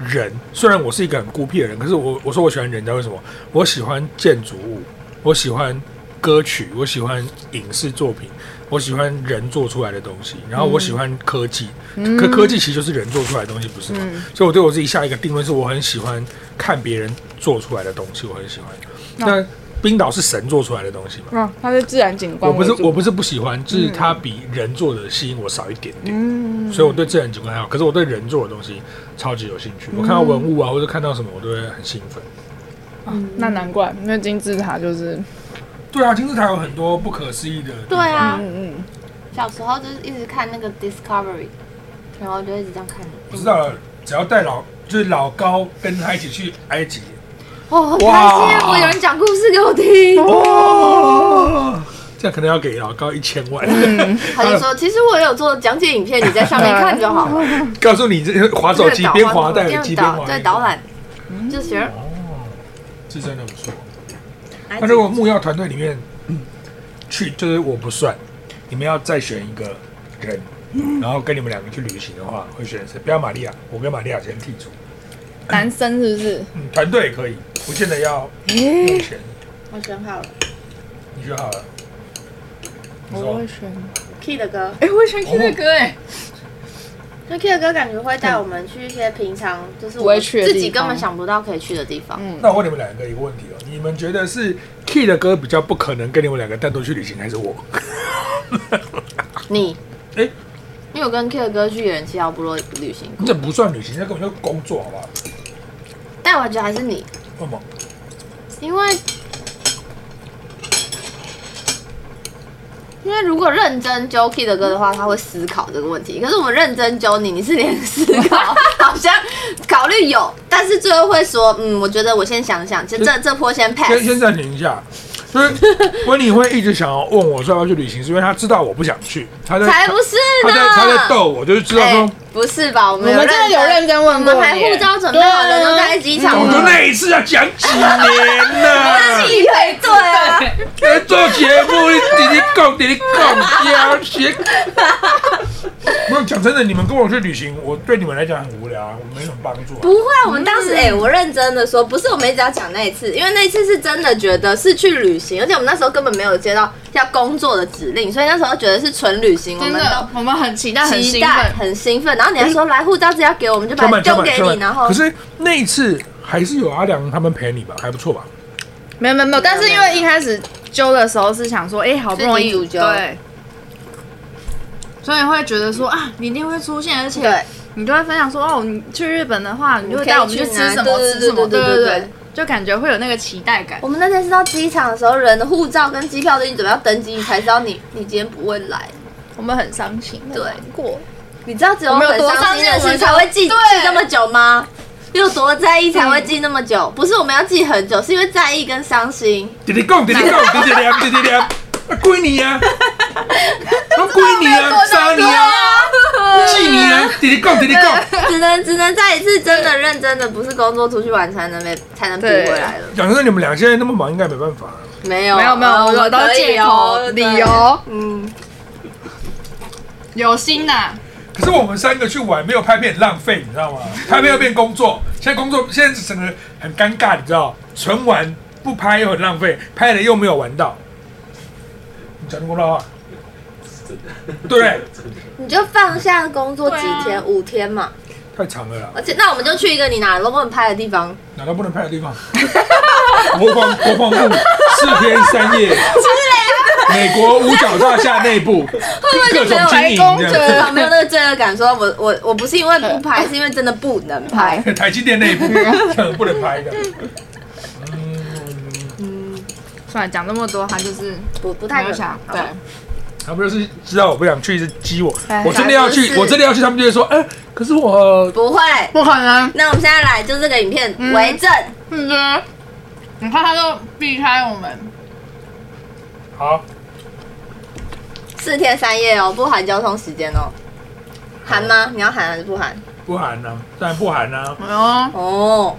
B: 人。虽然我是一个很孤僻的人，可是我我说我喜欢人，你知道为什么？我喜欢建筑物，我喜欢歌曲，我喜欢影视作品，我喜欢人做出来的东西，然后我喜欢科技。
D: 嗯
B: 科科技其实就是人做出来的东西，不是吗？所以我对我自己下一个定论是我很喜欢看别人做出来的东西，我很喜欢。那冰岛是神做出来的东西嘛？
D: 嗯，它是自然景观
B: 我不
D: 为
B: 是
D: 主。
B: 我不是不喜欢，就是它比人做的吸引我少一点点，
D: 嗯
B: 所以我对自然景观还好，可是我对人做的东西超级有兴趣。我看到文物啊，或者看到什么，我都会很兴奋。
F: 那难怪，因为金字塔就是，
B: 对啊，金字塔有很多不可思议的。
C: 对，啊，
F: 嗯嗯，
C: 小时候就是一直看那个 Discovery，然后就一直这样看。
B: 我知道了，只要带老就是老高跟他一起去埃及，
C: 哦，很
B: 哇
C: 开心，我有人讲故事给我听。
B: 哦，这样可能要给老高一千万，
C: 他就说，其实我有做讲解影片，你在上面看就好了。
B: 告诉你这滑手机边滑带耳
C: 边
B: 机边滑，
C: 对导，览，就学。
B: 是真的不错。那如果木曜团队里面嗯去，就是我不算，你们要再选一个人，
F: 嗯
B: 然后跟你们两个去旅行的话，会选谁？不要玛利亚，我跟玛利亚先剔除。
D: 男生是不是？
B: 嗯，团队也可以，不见得要目前，
C: 我选好了
B: 你选好了。你
F: 嗯我
B: 说
F: 会选，
C: ，Key 的歌，
D: 哎，我选 K 的歌哎，
B: 哦
C: 那 Key 的歌感觉会带我们去一些平常就是
D: 不
C: 我
D: 会去的
C: 自己
D: 地方
C: 根本想不到可以去的地方。
D: 嗯，
B: 那我问你们两个一个问题哦，你们觉得是 Key 的歌比较不可能跟你们两个单独去旅行，还是 我？
C: 你，
B: 哎
C: 因为我跟 Key 的歌去野人七号部落旅行过，
B: 这不算旅行，那根本就是工作，好不好？
C: 但我觉得还是你，
B: 为什么？
C: 因为因为如果认真揪 Key 的歌的话，他会思考这个问题。可是我们认真揪你，你是连思考 好像考虑有，但是最后会说，嗯，我觉得我先想想，这这这波先 pass
B: 先。先暂停一下，就是温妮会一直想要问我说要不要去旅行，是因为她知道我不想去，她在
C: 才不是
B: 她
C: 呢！
B: 在她在逗我，就是知道说
C: 哎，不是吧？
D: 我
C: 我们
D: 们真的有认真问
C: 我
D: 过
C: 们
D: 你
C: 还护照准备好了，都在机场
B: 我就
C: 了。
B: 那一次要讲几年
C: 自
B: 呐、
C: 己配对啊！
B: 在哎做节目，你弟弟讲弟弟讲要学。没有讲真的，你们跟我去旅行，我对你们来讲很无聊啊，我没什么帮助、啊。
C: 不会啊，我们
D: 嗯
C: 当时哎、我认真的说，不是我们一直要讲那一次，因为那一次是真的觉得是去旅行，而且我们那时候根本没有接到要工作的指令，所以那时候觉得是纯旅行，我
D: 真
C: 们
D: 的，我们很期待，
C: 都
D: 很
C: 期
D: 兴
C: 待
D: 奋。嗯
C: 很兴奋。然后你还说来护照只要给我们，就把
B: 千万千
C: 丢
B: 万
C: 给
B: 千万
C: 你，然后
B: 可是那一次还是有阿良他们陪你吧，还不错吧？
D: 没有没有没有，但是因为一开始揪的时候是想说，哎、好不容易
C: 自己组揪
D: 对，所以会觉得说啊，你一定会出现，而且
C: 对，
D: 你就会分享说，哦，你去日本的话，你就会带我们去吃什么
C: 可以去哪
D: 吃什么，
C: 对对对对
D: 对
C: 对对，
D: 就感觉会有那个期待感
C: 我。们那天是到机场的时候，人的护照跟机票都已经准备要登机，你才知道你你今天不会来。
D: 我们很伤心，
C: 对
D: 很难过，
C: 你知道只有
D: 我们有
C: 很
D: 多
C: 伤心的
D: 伤心我
C: 事
D: 们
C: 才
D: 就
C: 会记记
D: 对
C: 那么久吗？有多在意才会记那么久？不是我们要记很久，是因为在意跟伤心。
B: 弟弟讲，弟弟讲，弟弟念，弟弟念，啊，归你啊，都归你啊，杀你啊，记你啊，弟弟讲，弟弟讲，
C: 只能只能再一次真的认真的，不是工作出去玩才能没才能补
D: 对
C: 回来了。
B: 讲真的，你们俩现在那么忙，应该没办法了。
C: 没有
D: 没有没有，
C: 我
D: 我都
C: 可以
D: 借
C: 哦
D: 口
C: 对
D: 理由，
C: 嗯，
D: 有心呐、
B: 可是我们三个去玩，没有拍片很浪费，你知道吗？拍片要变工作，现在工作现在整个很尴尬，你知道？纯玩不拍又很浪费，拍了又没有玩到。你讲得过的话，
E: 真的，
B: 对不对？
E: 真的，
C: 你就放下工作几天，
D: 啊
C: 五天嘛。
B: 太长了啦，
C: 而且那我们就去一个你哪都不能拍的地方，
B: 哪到不能拍的地方？ 国防国防部四天三夜，美国五角大厦内 部各种经营
C: 就
B: 这
C: 至啊少没有那个罪恶感。说我我我不是因为不拍，是因为真的不能拍。
B: 样， 台积电内部 这样不能拍的。嗯，
D: 算了，讲那么多，他就是
C: 不不太
D: 没
C: 可
D: 有
C: 能
D: 想。对，
B: 他们就是知道我不想去，一直激我
D: 哎。
B: 我真的要去
C: 不，是
B: 我真的要去，他们就会说，哎，可是我
C: 不会。
D: 不可能，
C: 那我们现在来就这个影片
D: 嗯
C: 为证，
D: 是的。你看，他都避开我们，
B: 好，
C: 四天三夜哦，不含交通时间哦。含吗？你要含还是不含？
B: 不喊呢，当然不喊呢。
D: 哎呦，
C: 哦，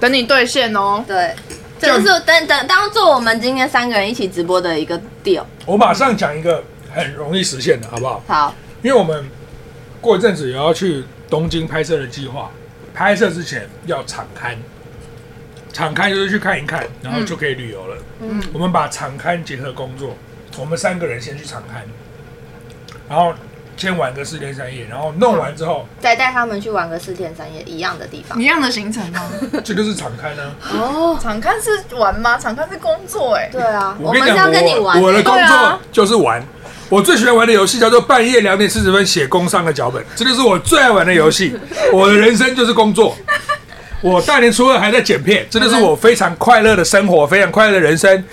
D: 等你兑现哦。
C: 对，
B: 这
C: 这
B: 样
C: 就是等等当做我们今天三个人一起直播的一个 deal。
B: 我马上讲一个很容易实现的，好不好？
C: 好，
B: 因为我们过一阵子也要去东京拍摄的计划，拍摄之前要场刊，敞开就是去看一看，然后就可以旅游了。
C: 嗯
B: 我们把敞开结合工作，我们三个人先去敞开，然后先玩个四天三夜，然后弄完之后，
C: 再带他们去玩个四天三夜一样的地方
G: 一。样的行程吗？
B: 这就是啊敞开呢。
C: 哦，
G: 常看是玩吗？常看是工作哎、
C: 对啊，我
B: 我
C: 们
B: 跟你
C: 是
B: 讲，
C: 要跟你玩
B: 我我的工
G: 对
B: 作
G: 啊
B: 就是玩。我最喜欢玩的游戏叫做半夜两点四十分写工商的脚本，这就是我最爱玩的游戏。我的人生就是工作。我大年初二还在剪片，这就是我非常快乐的生活，非常快乐的人生。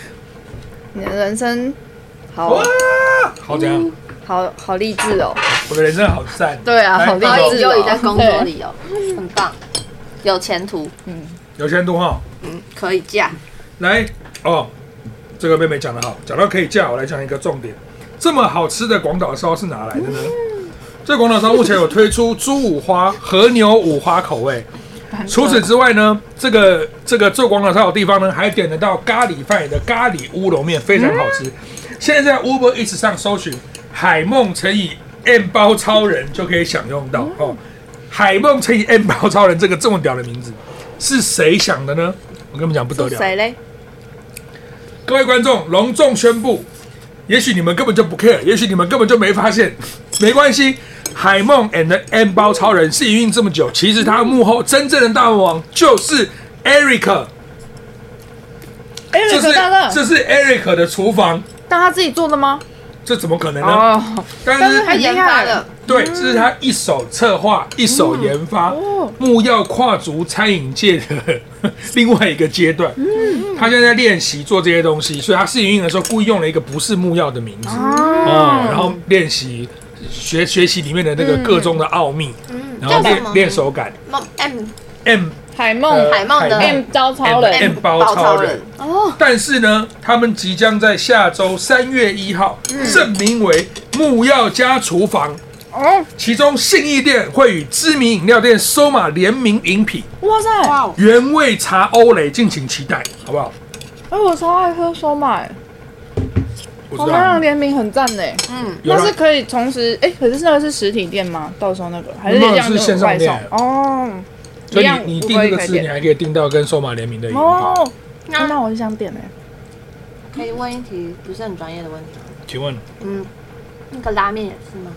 D: 你的人生
B: 哇
D: 好，
B: 好怎样？
D: 好好励志哦。
B: 我的人生好赞，
D: 对啊，
B: 哎
D: 好励
C: 然后
D: 志
C: 就在
D: 哦。
C: 工作里哦，很棒，有前途，
B: 有钱多哈。
C: 嗯，可以嫁。
B: 来哦，这个妹妹讲的好，讲到可以嫁，我来讲一个重点。这么好吃的广岛烧是哪来的呢？这广岛烧目前有推出猪五花、和牛五花口味。除此之外呢，这个这个做广岛烧的地方呢，还点得到咖喱饭的咖喱乌龙面，非常好吃。现在在 Uber 一直上搜寻“海梦乘以 M 包超人”就可以享用到哦。海梦乘以 M 包超人这个这么屌的名字是谁想的呢？我跟你们讲不得了，
D: 谁嘞？
B: 各位观众，隆重宣布，也许你们根本就不 care，也许你们根本就没发现， 没关系。海梦 and M 包超人是营运这么久，其实他幕后真正的大魔王就是 Eric，
F: 哎，
B: 这
F: 瑞
B: 是
F: 克大大，
B: 这是 Eric 的厨房，
F: 但他自己做的吗？
B: 这怎么可能呢？
F: 哦，
B: 但是
F: 但是很厉
G: 研
F: 害
G: 发
D: 哎
G: 的，
B: 对，这是他一手策划、一手研发，
C: 嗯哦
B: 木曜跨足餐饮界的 另外一个阶段。
C: 嗯
B: 他现在在练习做这些东西，所以他试营运的时候故意用了一个不是木曜的名
C: 啊
B: 字，哦，然后练习学学习里面的那个各中的奥秘，
C: 嗯，
B: 然后
C: 叫什
B: 练
C: 么？
B: 练手感。
C: 梦 M
B: M
F: 海
B: 呃
F: 梦
C: 海梦的
F: M 招超
B: M-
F: 人，
B: M，M，M， M 包超人。
C: 哦，
B: 但是呢，他们即将在下周三月一号正名为木曜家厨房。
F: 哦，
B: 其中信义店会与知名饮料店收马联名饮品
F: 哇塞！
C: 哇哦，
B: 原味茶欧蕾，敬请期待，好不好？
F: 哎，我超爱喝手买，
B: 我
F: 我
B: 知
F: 们让
B: 道，
F: 联名很赞呢。
C: 嗯，
B: 有
F: 那是
B: 啦，
F: 可以同时，哎，可是那个是实体店吗？到时候那个还是
B: 那
F: 这
B: 个
F: 样
B: 是线
F: 的
B: 上
F: 外送
B: 店
F: 哦。
B: 所
F: 一
B: 以
F: 样
B: 你你
F: 五
B: 订这
F: 一
B: 个
F: 可以
B: 吃，你
F: 点
B: 还可以订到跟收马联名的饮品。
F: 哦。那那我就想点哎，
C: 可以问一题不是很专业的问题吗。
B: 请问，
C: 嗯，那个拉面也是吗？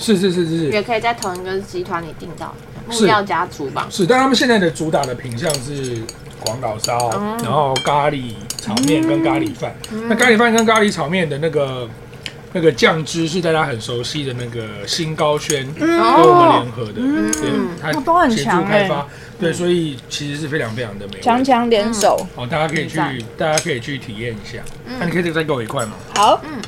B: 是是是是是
C: 也可以在同一个集团里订到
B: 是
C: 木料家厨房。
B: 是，但他们现在的主打的品相是广岛烧，
F: 哦
B: 然后咖喱炒面跟咖喱饭。
F: 嗯
B: 那咖喱饭跟咖喱炒面的那个那个酱汁是大家很熟悉的那个新高轩
F: 嗯
B: 跟
F: 哦
B: 我们联合的，对，它
F: 哦都很
B: 协助
F: 强
B: 开
F: 欸
B: 发，对，所以其实是非常非常的美味。
F: 强强嗯联手，
B: 哦，大家可以去
F: 很，
B: 大家可以去体验一下。那、你可以再给我一块吗？
F: 好，
C: 嗯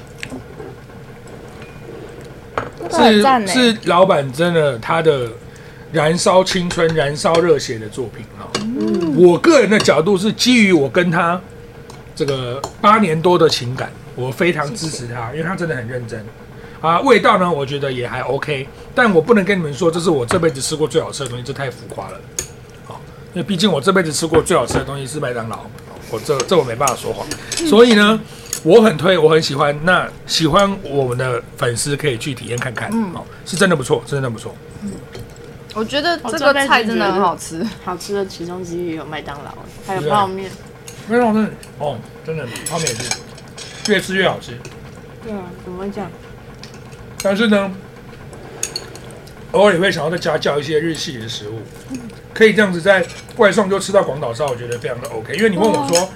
F: 这个很赞
B: 是
F: 呢，
B: 是，老板真的他的燃烧青春、燃烧热血的作品哈、
F: 嗯
B: 我个人的角度是基于我跟他这个八年多的情感，我非常支持他，因为他真的很认真。啊，味道呢，我觉得也还 OK，但我不能跟你们说这是我这辈子吃过最好吃的东西，这太浮夸了。哦，因为毕竟我这辈子吃过最好吃的东西是麦当劳，啊我这这我没办法说谎。所以呢，我很推，我很喜欢。那喜欢我们的粉丝可以去体验看看，
F: 嗯
B: 哦，是真的不错，真的不错。
G: 我觉得这
F: 这
G: 个
F: 辈子
G: 菜真
F: 觉
G: 的
F: 得
G: 很好吃，
C: 好吃的其中之一有麦当劳，还有
B: 对
C: 泡面。
B: 麦当劳真的，哦，真的泡面也是越吃越好吃。
C: 对啊，怎么会这样？
B: 但是呢，偶尔也会想要再家教一些日系的食物，可以这样子在外送就吃到广岛烧，我觉得非常的 OK。因为你问我说，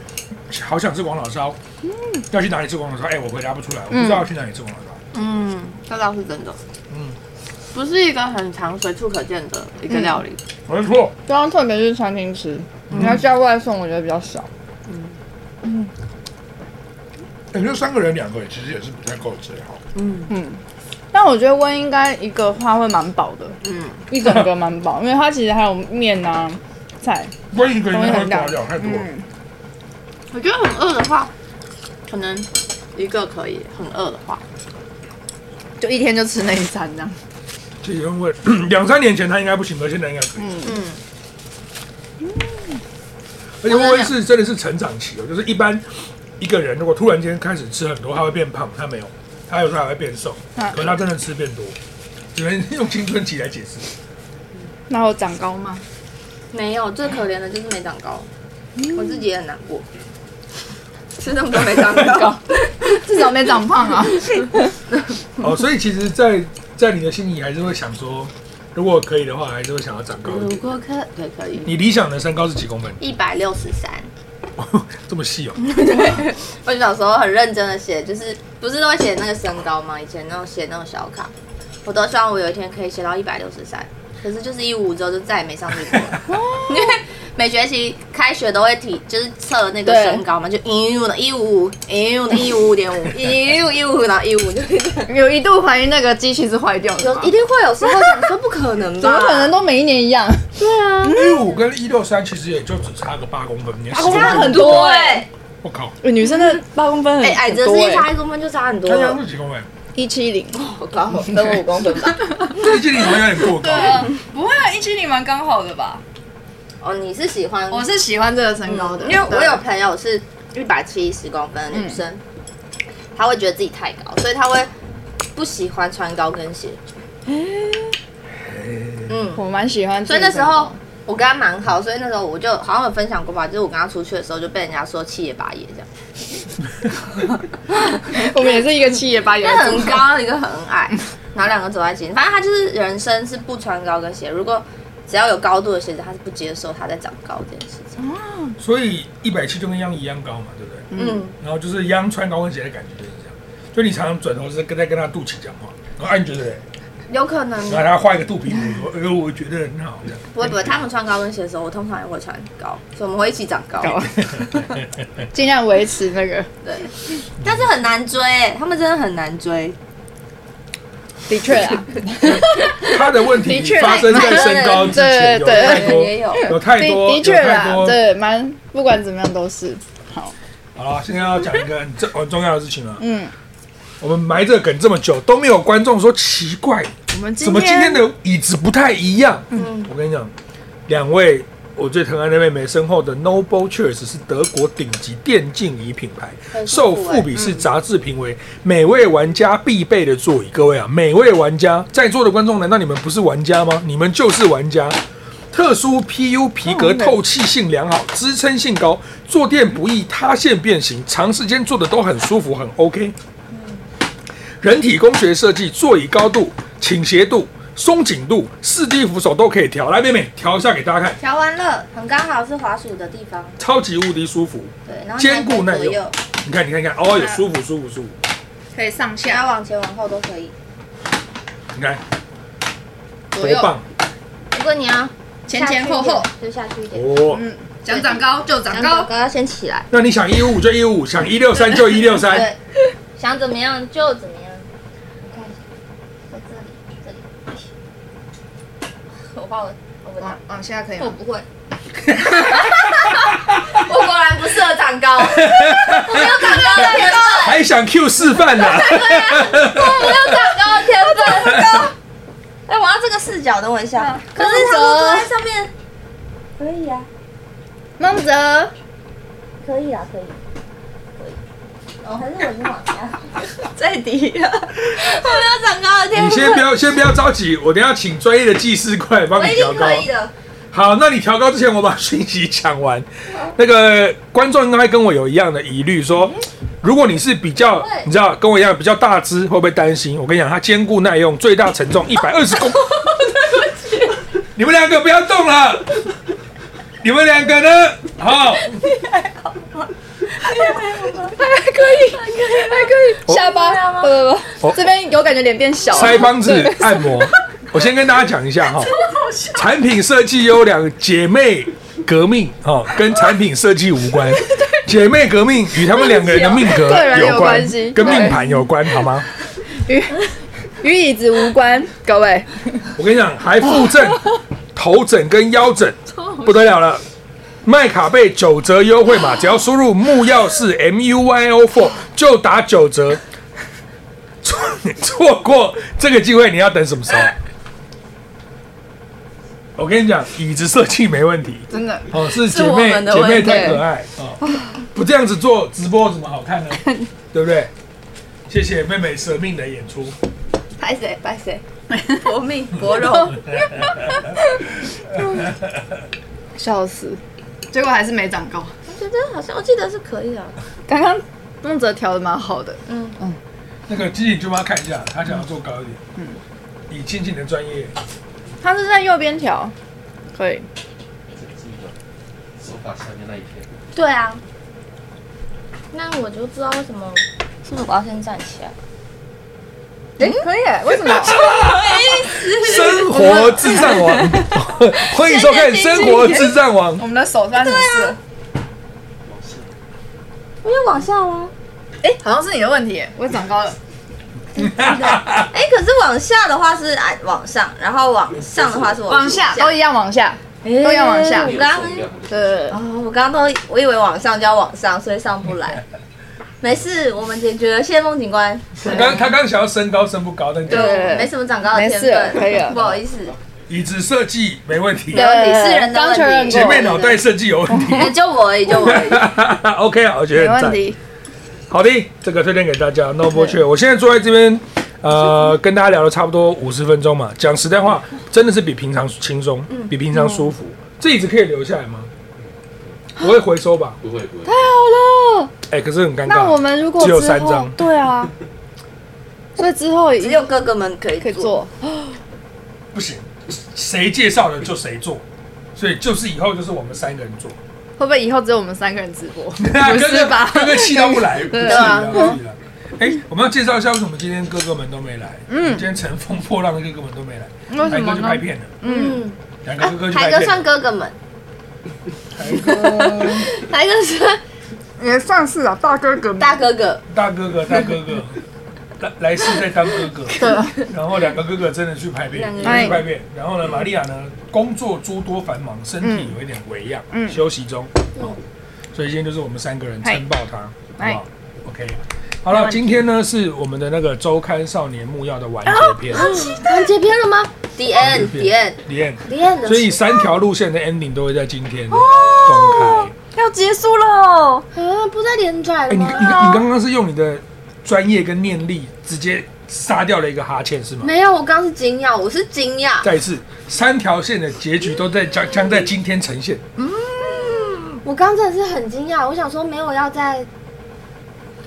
B: 好想吃广岛烧，
F: 嗯
B: 要去哪里吃广岛烧？哎、我回答不出来，我不知道要去哪里吃广岛烧。
C: 嗯，这倒是真的。
B: 嗯
C: 嗯，不是一个很常随处可见的一个料理。
B: 没错，
F: 刚刚啊特别去餐厅吃，你要叫外送，我觉得比较少。
B: 也就哎三个人两个人，其实也是不太够吃哈。
F: 但我觉得温应该一个话会蛮饱的，
C: 嗯，
F: 一整个蛮饱，因为它其实还有面啊、菜，
B: 关一个人
F: 东西
B: 太
F: 很大
B: 夸张太多了。
F: 嗯，
C: 我觉得很饿的话，可能一个可以。很饿的话，
G: 就一天就吃那一餐这样。
B: 其实因为 两三年前他应该不行，可现在应该可以。嗯
C: 嗯，
B: 而且温温是真的是成长期哦，就是一般一个人如果突然间开始吃很多，他会变胖，他没有，他有时候还会变瘦，
F: 啊
B: 可是他真的吃变多，只能用青春期来解释。
F: 那我长高吗？
C: 没有，最可怜的就是没长高。我自己也很难过， 吃那么多没长 高，
F: 至少没长胖 啊。
B: 哦，所以其实在，在你的心里还是会想说，如果可以的话，还是会想要长高一
C: 如
B: 点。
C: 果可对可以，
B: 你理想的身高是几公分？
C: 一百六十三。
B: 这么细哦、
F: 嗯
C: 我小时候很认真的写，就是不是都会写那个身高吗？以前那种写那种小卡，我都希望我有一天可以写到一百六十三。可是就是一五五之后就再也没上去过了，因为每学期开学都会体就是测那个身高嘛，就一五的一五五，一五的一五五点五，一五一五然后一五就
F: 有一度怀疑那个机器是坏掉的
C: 有
F: 吧，
C: 一定会有时候想说不可能吧？
F: 怎么可能？都每一年一样？
B: 一五跟一六三其实也就只差个八公分，你八
F: 公分很多
C: 对，
B: 我靠，
F: 哎
D: 欸女生的八公分
C: 哎、
D: 很
C: 矮
D: 很
C: 子
D: 多
C: 是一
D: 哎，
F: 欸
C: 差一公分就差很多
B: 他家
C: 了，
B: 是几公分？
D: 一七零，
C: 我高我跟我五公分吧。
B: 这距离好像有点过高。
F: 不会啊，一七零蛮刚好的吧？
C: 哦，你是喜欢
F: 我是喜欢这个身高
B: 嗯
F: 的，
C: 因为我有朋友是一百七十公分的女生，她会觉得自己太高，所以她会不喜欢穿高跟鞋。嗯，
D: 我蛮喜欢。
C: 所以那时候，我跟她蛮好，所以那时候我就好像有分享过吧，就是我跟她出去的时候就被人家说七爷八爷这样，
D: 我们也是一个七也八也
C: 一个很高，一个很 矮，然后两个走在一起。反正她就是人生是不穿高跟鞋，如果只要有高度的鞋子，她是不接受她在长高这件事情。
B: 所以一百七就跟央一样高嘛，对不对？
C: 嗯，
B: 然后就是央穿高跟鞋的感觉就是这样，就你常常转头是跟在跟他肚脐讲话，然后哎你觉得嘞，
C: 有可能
B: 然后他画一个肚皮图，说哎呦我觉得很好这样。
C: 不会不会，他们穿高跟鞋的时候，我通常也会穿高，所以我们会一起长高。
D: 尽量维持那个，
C: 对，但是很难追、欸，他们真的很难追。
D: 的确啊，
B: 他的问题
D: 的确
B: 发生在身高之前有
D: 对对
B: 太多
C: 也有
B: 有 太
D: 的
B: 多
D: 的
B: 有
D: 确
B: 太
D: 啦，
B: 多。
D: 对，蛮不管怎么样都是，
B: 好了，现在要讲一个很重很重要的事情了。
D: 嗯，
B: 我们埋这个梗这么久都没有观众说奇怪，
G: 我们
B: 怎么今天的椅子不太一样？
C: 嗯，
B: 我跟你讲，两位我最疼爱的妹妹身后的 Noble Cheers 是德国顶级电竞椅品牌，
C: 很辛
B: 受
C: 苦欸
B: 富比士杂志评为每位玩家必备的座椅。各位啊，每位玩家在座的观众，难道你们不是玩家吗？你们就是玩家。特殊 PU 皮革透气性良好，支撑性高，坐垫不易塌陷变形，长时间坐的都很舒服，很 OK。人体工学设计，座椅高度、倾斜度、松紧度、四 D 扶手都可以调。来，妹妹调一下给大家看，
C: 调完了，很刚好是滑鼠的地方，
B: 超级无敌舒服。
C: 对，然后
B: 兼顾耐
C: 左
B: 用
C: 右，
B: 你看，你看，你看，哦，有舒服，舒服，舒服。
F: 可以上
C: 然
F: 下
C: 后往前往后都可以。
B: 你看，
F: 左
B: 多
F: 右，
B: 棒！
C: 如果你要
F: 前前后后，
C: 就下去一点，
B: 哦，
F: 想长高就长
C: 想
F: 高
C: 高。高要先起来，
B: 那你想一五五就一五五，想一六三就一六三。
C: 对，想怎么样就怎么样。我看一下，我这里这里，我怕我我不
F: 往往下可以
C: 我
F: 吗？
C: 不 会。我果然不适合长 高，我没有长高的天分，
B: 还想 Q 示范呢、
C: 啊 我没有长高的天分。哎，我要这个视角，等我一下。可是嗯他都坐在上面，可以啊，
F: 孟泽，
C: 可以啊，可以，可以。哦，还是我已经往下。
F: 再低啊！
C: 我没有长高的天
B: 你先不
C: 分，
B: 要，先不要着急，我等一下请专业的技师过来帮
C: 我
B: 你
C: 一
B: 调
C: 定
B: 高
C: 可。以的。
B: 好，那你调高之前，我把讯息讲完。那个观众应该跟我有一样的疑虑，说如果你是比较，你知道跟我一样比较大只，会不会担心？我跟你讲，它坚固耐用，最大承重一百二十公。对不起，你们两个不要动了。你们两个呢？好，
D: 下巴，不不
B: 哦
D: 不，这边有感觉脸变小了，
B: 腮帮子按摩。我先跟大家讲一 下哈，产品设计优良，姐妹革命哈，跟产品设计无 关。姐妹革命与他们两个人的命格
D: 个人有
B: 有
D: 关系
B: 跟命
D: 对
B: 盘有关，好吗？
D: 与椅子无关，各位，
B: 我跟你讲，还附赠 头枕跟腰枕，不得了了。麦卡贝九折优惠码，只要输入木曜四 M U Y O four 就打九折。错错过这个机会，你要等什么时候？我跟你讲，椅子设计没问题，真的哦，是姐妹姐妹太可爱哦，不这样子做直播有什么好 看呢？对不对？谢谢妹妹舍命的演出。
C: 拍谁拍 谁，搏命搏肉。
D: 笑死，
G: 结果还是没长高。
C: 我觉得好像我记得是可以的，
F: 刚刚梦泽调的蛮好的，
B: 那个机器就帮他看一下，他想要做高一点。嗯，以亲戚的专 业，
F: 他是在右边调，可以。
E: 记得手法下面那一片，
C: 对啊。那我就不知道为什么，是不是我要先站起来？
F: 哎、可以耶，
D: 嗯
F: 为 什么？
B: 生活智障王， 欢迎收看《生活智障 王》。
G: 我们的手算是不是？
C: 啊
E: 往下
C: 我又往下啊啦。
G: 哎、好像是你的问题耶，我长高了。
C: 哎、可是往下的话是哎往上，然后往上的话是
F: 往下都
C: 哎
F: 一样，往下都要往下。
C: 我刚
E: 手一样的
F: 对，
C: 哦，我刚刚都我以为往上就要往上，所以上不 来。没事，我们解决了，谢谢孟警官。
B: 他刚他刚想要升高，升不高，但
F: 对
C: 没什么长高的
F: 没
C: 天
F: 事了
C: 分，
F: 可以了
C: 不好意思，
B: 椅子设计没问
D: 哦
B: 题，
C: 没问题，
D: 呃
C: 是人的
F: 刚确
C: 问
F: 认
C: 题。
F: 过
B: 前面脑袋设计有问题。
C: 哎，就我而已，就我而已。
B: OK 啊，我觉
F: 没
B: 得很
F: 问
B: 赞。
F: 题。
B: 好的，这个推荐给大家。No b u l 我现在坐在这边，呃，跟大家聊了差不多五十分钟嘛。讲实在话，真的是比平常轻松，比平常舒服。这椅子可以留下来吗？不会回收吧？
E: 不会不会，
B: 哎，可是很尴
D: 那我
B: 尬。
D: 们如果
B: 只有
D: 之
B: 三
D: 后
B: 张，
D: 对啊，所以之后
C: 只
D: 也
C: 有哥哥们可以
D: 可以做，
B: 不行，谁介绍的就谁做，所以就是以后就是我们三个人做。
F: 会不会以后只有我们三个人直 播？
B: 哥
F: 不是
B: 哥
F: 吧？
B: 哥哥气都不来，不气
F: 对
B: 了
F: 啊，
B: 不气了。哎、我们要介绍一下为什么今天哥哥们都没来。嗯，今天乘风破浪的哥哥们都没来，
F: 为
B: 海
F: 什
B: 哥
F: 么
B: 去拍
F: 呢？
B: 片了，
C: 嗯，
B: 两个哥哥去
C: 台
B: 拍
C: 哥
B: 片
C: 算
B: 了。
C: 哥哥们，
B: 台哥，
C: 台哥算
G: 也算是啊，大哥哥。
C: 大哥哥，
B: 大哥哥，大哥哥，来来世再当哥哥。对。然后两个哥哥真的去拍片，
C: 两个
B: 去
C: 哥
F: 哥
B: 拍片。然后呢，玛利亚呢，工作诸多繁忙，身体有一点微恙，休息中。哦所以今天就是我们三个人撑爆它，好不
F: 嗨
B: 好？OK。好了，今天呢是我们的那个周刊少年木曜的完结
C: 嗯
B: 篇。
C: 啊完结篇了吗？The end，The end，The
B: 李艳，
C: end 的。
B: 所以三条路线的 ending 都会在今天公开。
F: 要结束了，
C: 嗯，不再连载
B: 哎、
C: 了
B: 你你
C: 吗？
B: 你刚刚是用你的专业跟念力直接杀掉了一个哈欠是吗？
C: 没有，我刚刚是惊讶，我是惊讶。
B: 再一次，三条线的结局都在将将在今天呈现。
C: 我刚真的是很惊讶，我想说没有要在。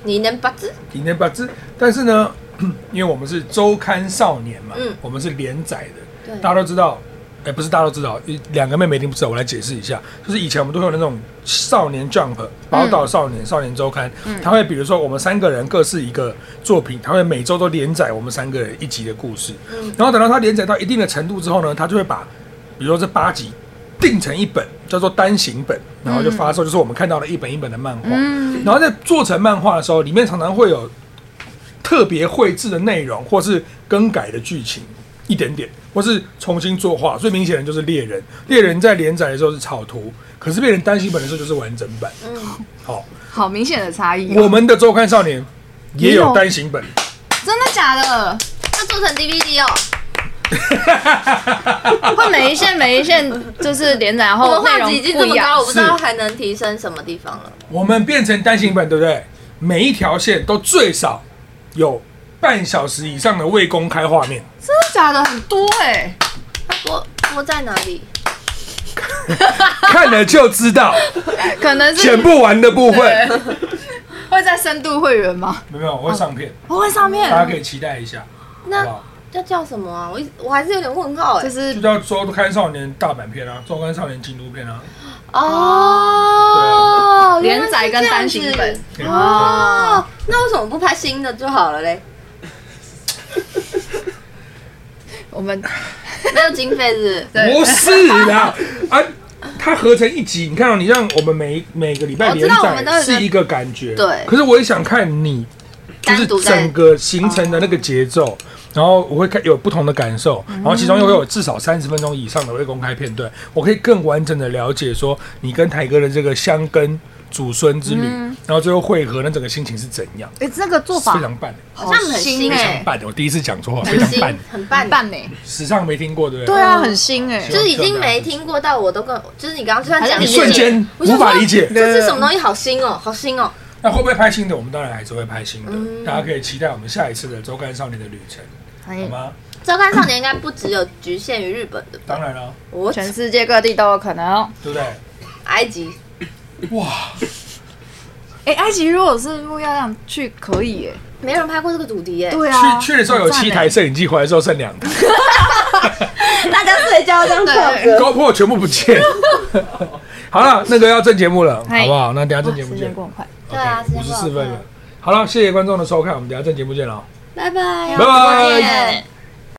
C: 你能把字？
B: 今天把这，但是呢， 因为我们是周刊少年嘛，
C: 嗯
B: 我们是连载的，
C: 对
B: 大家都知道。哎、不是大家都知道，一两个妹妹一定不知道。我来解释一下，就是以前我们都会有那种少年 Jump、宝
C: 嗯
B: 岛少年、少年周刊，他会比如说我们三个人各是一个作品，他会每周都连载我们三个人一集的故事。
C: 嗯
B: 然后等到他连载到一定的程度之后呢，他就会把，比如说这八集定成一本，叫做单行本，然后就发
C: 嗯
B: 售，就是我们看到的一本一本的漫画。然后在做成漫画的时候，里面常常会有特别绘制的内容，或是更改的剧情一点点，或是重新作画。最明显的就是猎人，猎人在连载的时候是草图，可是变成单行本的时候就是完整版。好，
F: 好明显的差异哦。
B: 我们的周刊少年也
F: 也
B: 有
F: 有
B: 单行本，
F: 真的假的？
C: 要做成 DVD 哦，
F: 会每一线每一线就是连载
C: 我们
F: 后内
C: 画质已
F: 容不
C: 经这
F: 一
C: 么
F: 样
C: 高，，我哦不知道还能提升什么地方了。
B: 我们变成单行本，对不对？每一条线都最少有半小时以上的未公开画面。
F: 真的假的很多哎。
C: 我我在哪里？
B: 看了就知道，
F: 可能是
B: 剪不完的部分，
F: 会在深度会员吗？
B: 没有，我会上片，
F: 不会上
B: 大家
F: 面，
B: 可以期待一下，好
C: 那
B: 不好？
C: 要叫什么啊？我一我还是有点问号哎
F: 就。是
B: 就叫《周刊少年》大阪片啊，《周刊少年》京都片啊，
C: 哦，原来
F: 连
C: 是
F: 载跟单行
C: 这样
F: 本
C: 子。
B: 对
C: 哦，那为什么不拍新的就好了嘞？
F: 我们
C: 没有经费是不是？
B: 不是啦， 啊，它合成一集，你看到、哦你让我们每每个礼拜
C: 我
B: 连
C: 哦知道我们都
B: 载
C: 有一个
B: 是一个感觉，
C: 对
B: 可是我也想看你，就
C: 单
B: 是
C: 独在哦
B: 整个行程的那个节奏。然后我会看有不同的感受，
C: 嗯
B: 然后其中又会有至少三十分钟以上的未公开片段，我可以更完整的了解说你跟台哥的这个相根祖孙之旅，
C: 嗯
B: 然后最后汇合那整个心情是怎样，
F: 哎，这个做
B: 非
F: 法
B: 常棒，
C: 好像很新
B: 非
C: 哎
B: 常，棒，我第一次讲错话，非
C: 很
B: 常
C: 新
B: 棒，
C: 很棒。
F: 办呢？
B: 史上没听过，对不对？
F: 对啊，很新哎
B: 是。
C: 就是已经没听过到我都跟，就是你刚刚就算讲
F: 还是
B: 一
F: 你
B: 瞬间
C: 我想
B: 无
C: 说
B: 法理解。
C: 这是什么东西？好新哦，好新哦。
B: 那会不会拍新的？我们当然还是会拍新的，
C: 嗯
B: 大家可以期待我们下一次的周刊少年的旅程，好吗？
C: 周刊少年应该不只有局限于日本的，
B: 当然了，
C: 我
F: 全世界各地都有可能哦。
B: 对不对？
C: 埃及，
B: 哇，
D: 哎、埃及如果是木曜亮去可以耶、
C: 没人拍过这个主题耶、
G: 对啊，
B: 去去的时候有七台摄影机，回来的时候剩两台，
C: 大家睡觉这样跳歌，
B: 高破全部不见。 好了，那个要正节目了，
D: 嗨
B: 好不好？那等一下正节目
D: 时
B: 见
D: 间。过很快。
C: 对啊时间
B: 五十
C: 过
B: 四
C: 很
B: 分
C: 快
B: 了。好了，谢谢观众的收看，我们等一下正节目见了哦，
C: 拜拜，
B: 拜拜
C: 再见。